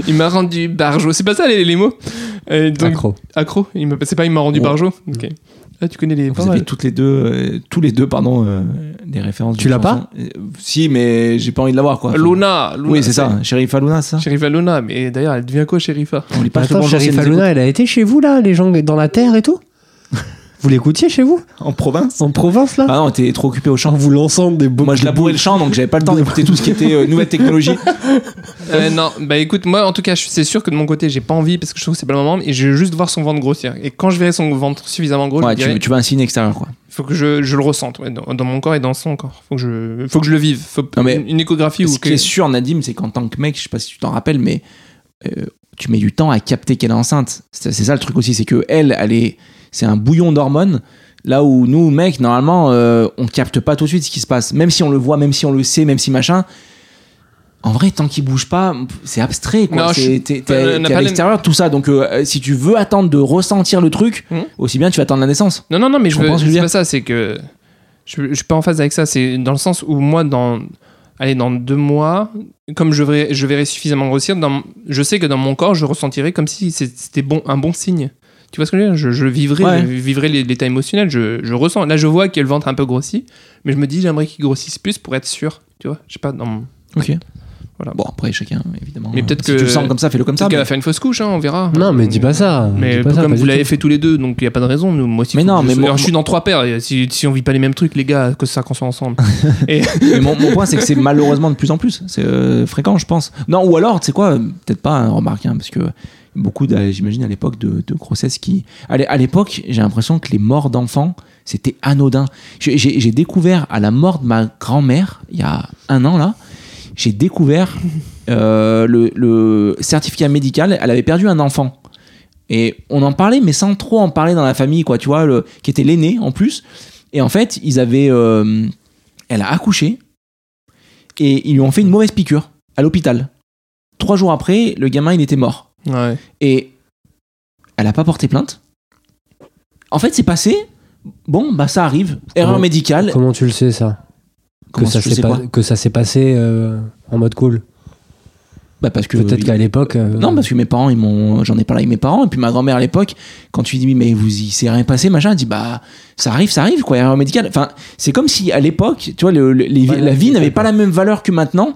Speaker 2: il m'a rendu barjo. C'est pas ça les, les mots Euh, donc, accro.
Speaker 3: Accro.
Speaker 2: Il m'a- C'est pas il m'a rendu
Speaker 1: Ouais.
Speaker 2: barjo Ok. Ah, tu connais les
Speaker 1: Vous
Speaker 2: paroles
Speaker 1: avez toutes les deux, euh, tous les deux, pardon, euh, des références.
Speaker 3: Tu
Speaker 1: de
Speaker 3: l'as
Speaker 1: chansons. Euh, Si, mais j'ai pas envie de l'avoir, quoi.
Speaker 2: Luna, Luna,
Speaker 1: Oui, c'est ça, Sheriff Aluna, c'est ça.
Speaker 2: Sherifa Luna, mais d'ailleurs, elle devient
Speaker 1: <laughs>
Speaker 2: quoi, Sherifa
Speaker 1: On lit pas
Speaker 3: Attends,
Speaker 1: souvent dans
Speaker 3: Sheriff
Speaker 1: ces
Speaker 3: Aluna, elle a été chez vous là, les gens dans la terre et tout Vous l'écoutiez chez vous
Speaker 1: écoutes. En province
Speaker 3: En province là
Speaker 1: Ah non, t'es trop occupé au
Speaker 3: En
Speaker 1: champ.
Speaker 3: vous lançant des boules.
Speaker 1: Moi, je labourais le champ, donc j'avais pas le temps d'écouter tout ce qui était euh, nouvelle technologie.
Speaker 2: Euh, Non, bah écoute, moi en tout cas, je- c'est sûr que de mon côté, j'ai pas envie parce que je trouve que c'est pas le moment, et je vais juste voir son ventre grossir. Et quand je verrai son ventre suffisamment gros, je
Speaker 1: Ouais,
Speaker 2: me dirai,
Speaker 1: tu, tu vas un signe extérieur, quoi.
Speaker 2: faut que je, je le ressente ouais, dans, dans mon corps et dans son corps. Faut que je, faut que je le vive. Faut
Speaker 1: Non, mais-
Speaker 2: une, une échographie ou
Speaker 1: Ce qui est sûr, Nadim, c'est qu'en tant que mec, je sais pas si tu t'en rappelles, mais euh, tu mets du temps à capter qu'elle est enceinte. C'est c'est ça le truc aussi, c'est que elle, elle est, c'est un bouillon d'hormones. Là où nous, mecs, normalement, euh, on capte pas tout de suite ce qui se passe, même si on le voit, même si on le sait, même si machin. En vrai, tant qu'il bouge pas, c'est abstrait.
Speaker 2: Non,
Speaker 1: quoi.
Speaker 2: je
Speaker 1: C'est-
Speaker 2: suis-
Speaker 1: T'es t'es-
Speaker 2: on n'a
Speaker 1: t'es
Speaker 2: pas
Speaker 1: à
Speaker 2: les-
Speaker 1: l'extérieur, tout ça. Donc, euh, si tu veux attendre de ressentir le truc,
Speaker 2: Mhm.
Speaker 1: aussi bien tu vas attendre la naissance.
Speaker 2: Non, non, non, mais
Speaker 1: Tu
Speaker 2: je veux,
Speaker 1: comprends ce que je veux
Speaker 2: c'est
Speaker 1: dire
Speaker 2: pas ça, c'est que je, je suis pas en phase avec ça. C'est dans le sens où moi, dans, allez, dans deux mois, comme je verrai, je verrai suffisamment grossir, dans, je sais que dans mon corps, je ressentirai comme si c'est- c'était bon, un bon signe. Tu vois ce que je veux dire je, je vivrai,
Speaker 1: Ouais.
Speaker 2: je vivrai l'é- l'état émotionnel, je, je ressens. Là, je vois que le ventre a un peu grossi, mais je me dis, j'aimerais qu'il grossisse plus pour être sûr. Tu vois, je sais pas, dans mon-
Speaker 1: Ok.
Speaker 2: Voilà.
Speaker 1: Bon, après, chacun, évidemment.
Speaker 2: Mais peut-être
Speaker 1: si
Speaker 2: que-
Speaker 1: tu le sens comme ça, fais-le comme ça.
Speaker 2: Peut-être qu'elle
Speaker 1: mais-
Speaker 2: va faire une fausse couche, hein, on verra.
Speaker 3: Non, mais dis pas ça.
Speaker 2: Mais
Speaker 3: dis pas ça,
Speaker 2: comme
Speaker 3: pas
Speaker 2: vous
Speaker 3: du
Speaker 2: l'avez
Speaker 3: tout.
Speaker 2: fait tous les deux, donc il n'y a pas de raison. Nous, moi aussi,
Speaker 1: Mais
Speaker 2: faut
Speaker 1: non,
Speaker 2: que je,
Speaker 1: mais
Speaker 2: sois-
Speaker 1: moi-
Speaker 2: je suis dans trois paires. et Si, si on vit pas les mêmes trucs, les gars, que ça qu'on soit ensemble.
Speaker 1: Mais mon, mon point, c'est que c'est malheureusement de plus en plus. C'est euh, fréquent, je pense. Non, ou alors, tu sais quoi, euh, peut-être pas, hein, remarque, hein, parce que beaucoup, d'a- j'imagine, à l'époque de, de grossesse qui. À l'é- à l'époque, j'ai l'impression que les morts d'enfants, c'était anodin. J'ai- J'ai j'ai découvert à la mort de ma grand-mère, il y a un an là, j'ai découvert euh, le, le certificat médical, elle avait perdu un enfant. Et on en parlait, mais sans trop en parler dans la famille, quoi, tu vois, le- qui était l'aîné en plus. Et en fait, ils avaient. euh, elle a accouché et ils lui ont fait une mauvaise piqûre à l'hôpital. Trois jours après, le gamin, il était mort.
Speaker 2: Ouais.
Speaker 1: Et elle n'a pas porté plainte. En fait, c'est passé. Bon, bah ça arrive. Erreur
Speaker 3: Comment-
Speaker 1: médicale.
Speaker 3: Comment tu le sais ça que
Speaker 1: Comment
Speaker 3: ça,
Speaker 1: je
Speaker 3: s'est
Speaker 1: sais
Speaker 3: pas-
Speaker 1: quoi
Speaker 3: que ça s'est passé euh, en mode cool.
Speaker 1: Bah parce que
Speaker 3: Peut-être qu'à l'époque. euh,
Speaker 1: Non, parce que mes parents, ils m'ont, j'en ai parlé avec mes parents, et puis ma grand-mère à l'époque, quand tu lui dis, mais vous y s'est rien passé, machin, elle dit, bah, ça arrive, ça arrive, quoi, erreur médicale. Enfin, c'est comme si à l'époque, tu vois, le- le- les-
Speaker 3: Ouais,
Speaker 1: la vie
Speaker 3: ouais,
Speaker 1: n'avait
Speaker 3: ouais.
Speaker 1: pas la même valeur que maintenant,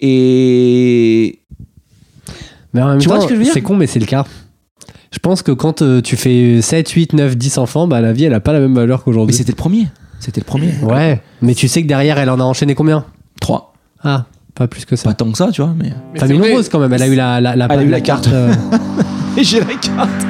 Speaker 1: et.
Speaker 3: Mais en même
Speaker 1: Tu vois
Speaker 3: temps,
Speaker 1: ce que je veux dire
Speaker 3: c'est con, mais c'est le cas. Je pense que quand euh, tu fais 7, 8, 9, 10 enfants, bah, la vie, elle a pas la même valeur
Speaker 1: Mais
Speaker 3: qu'aujourd'hui.
Speaker 1: c'était le premier. C'était le premier.
Speaker 3: Ouais, mais tu sais que derrière, elle en a enchaîné combien
Speaker 1: Trois.
Speaker 3: Ah, pas plus que ça.
Speaker 1: Pas tant que ça, tu vois, mais.
Speaker 2: Mais
Speaker 3: Famille
Speaker 2: c'est vrai,
Speaker 3: nombreuse quand même, elle a eu la, la,
Speaker 1: Elle a eu la carte.
Speaker 3: euh,
Speaker 1: Et j'ai la carte.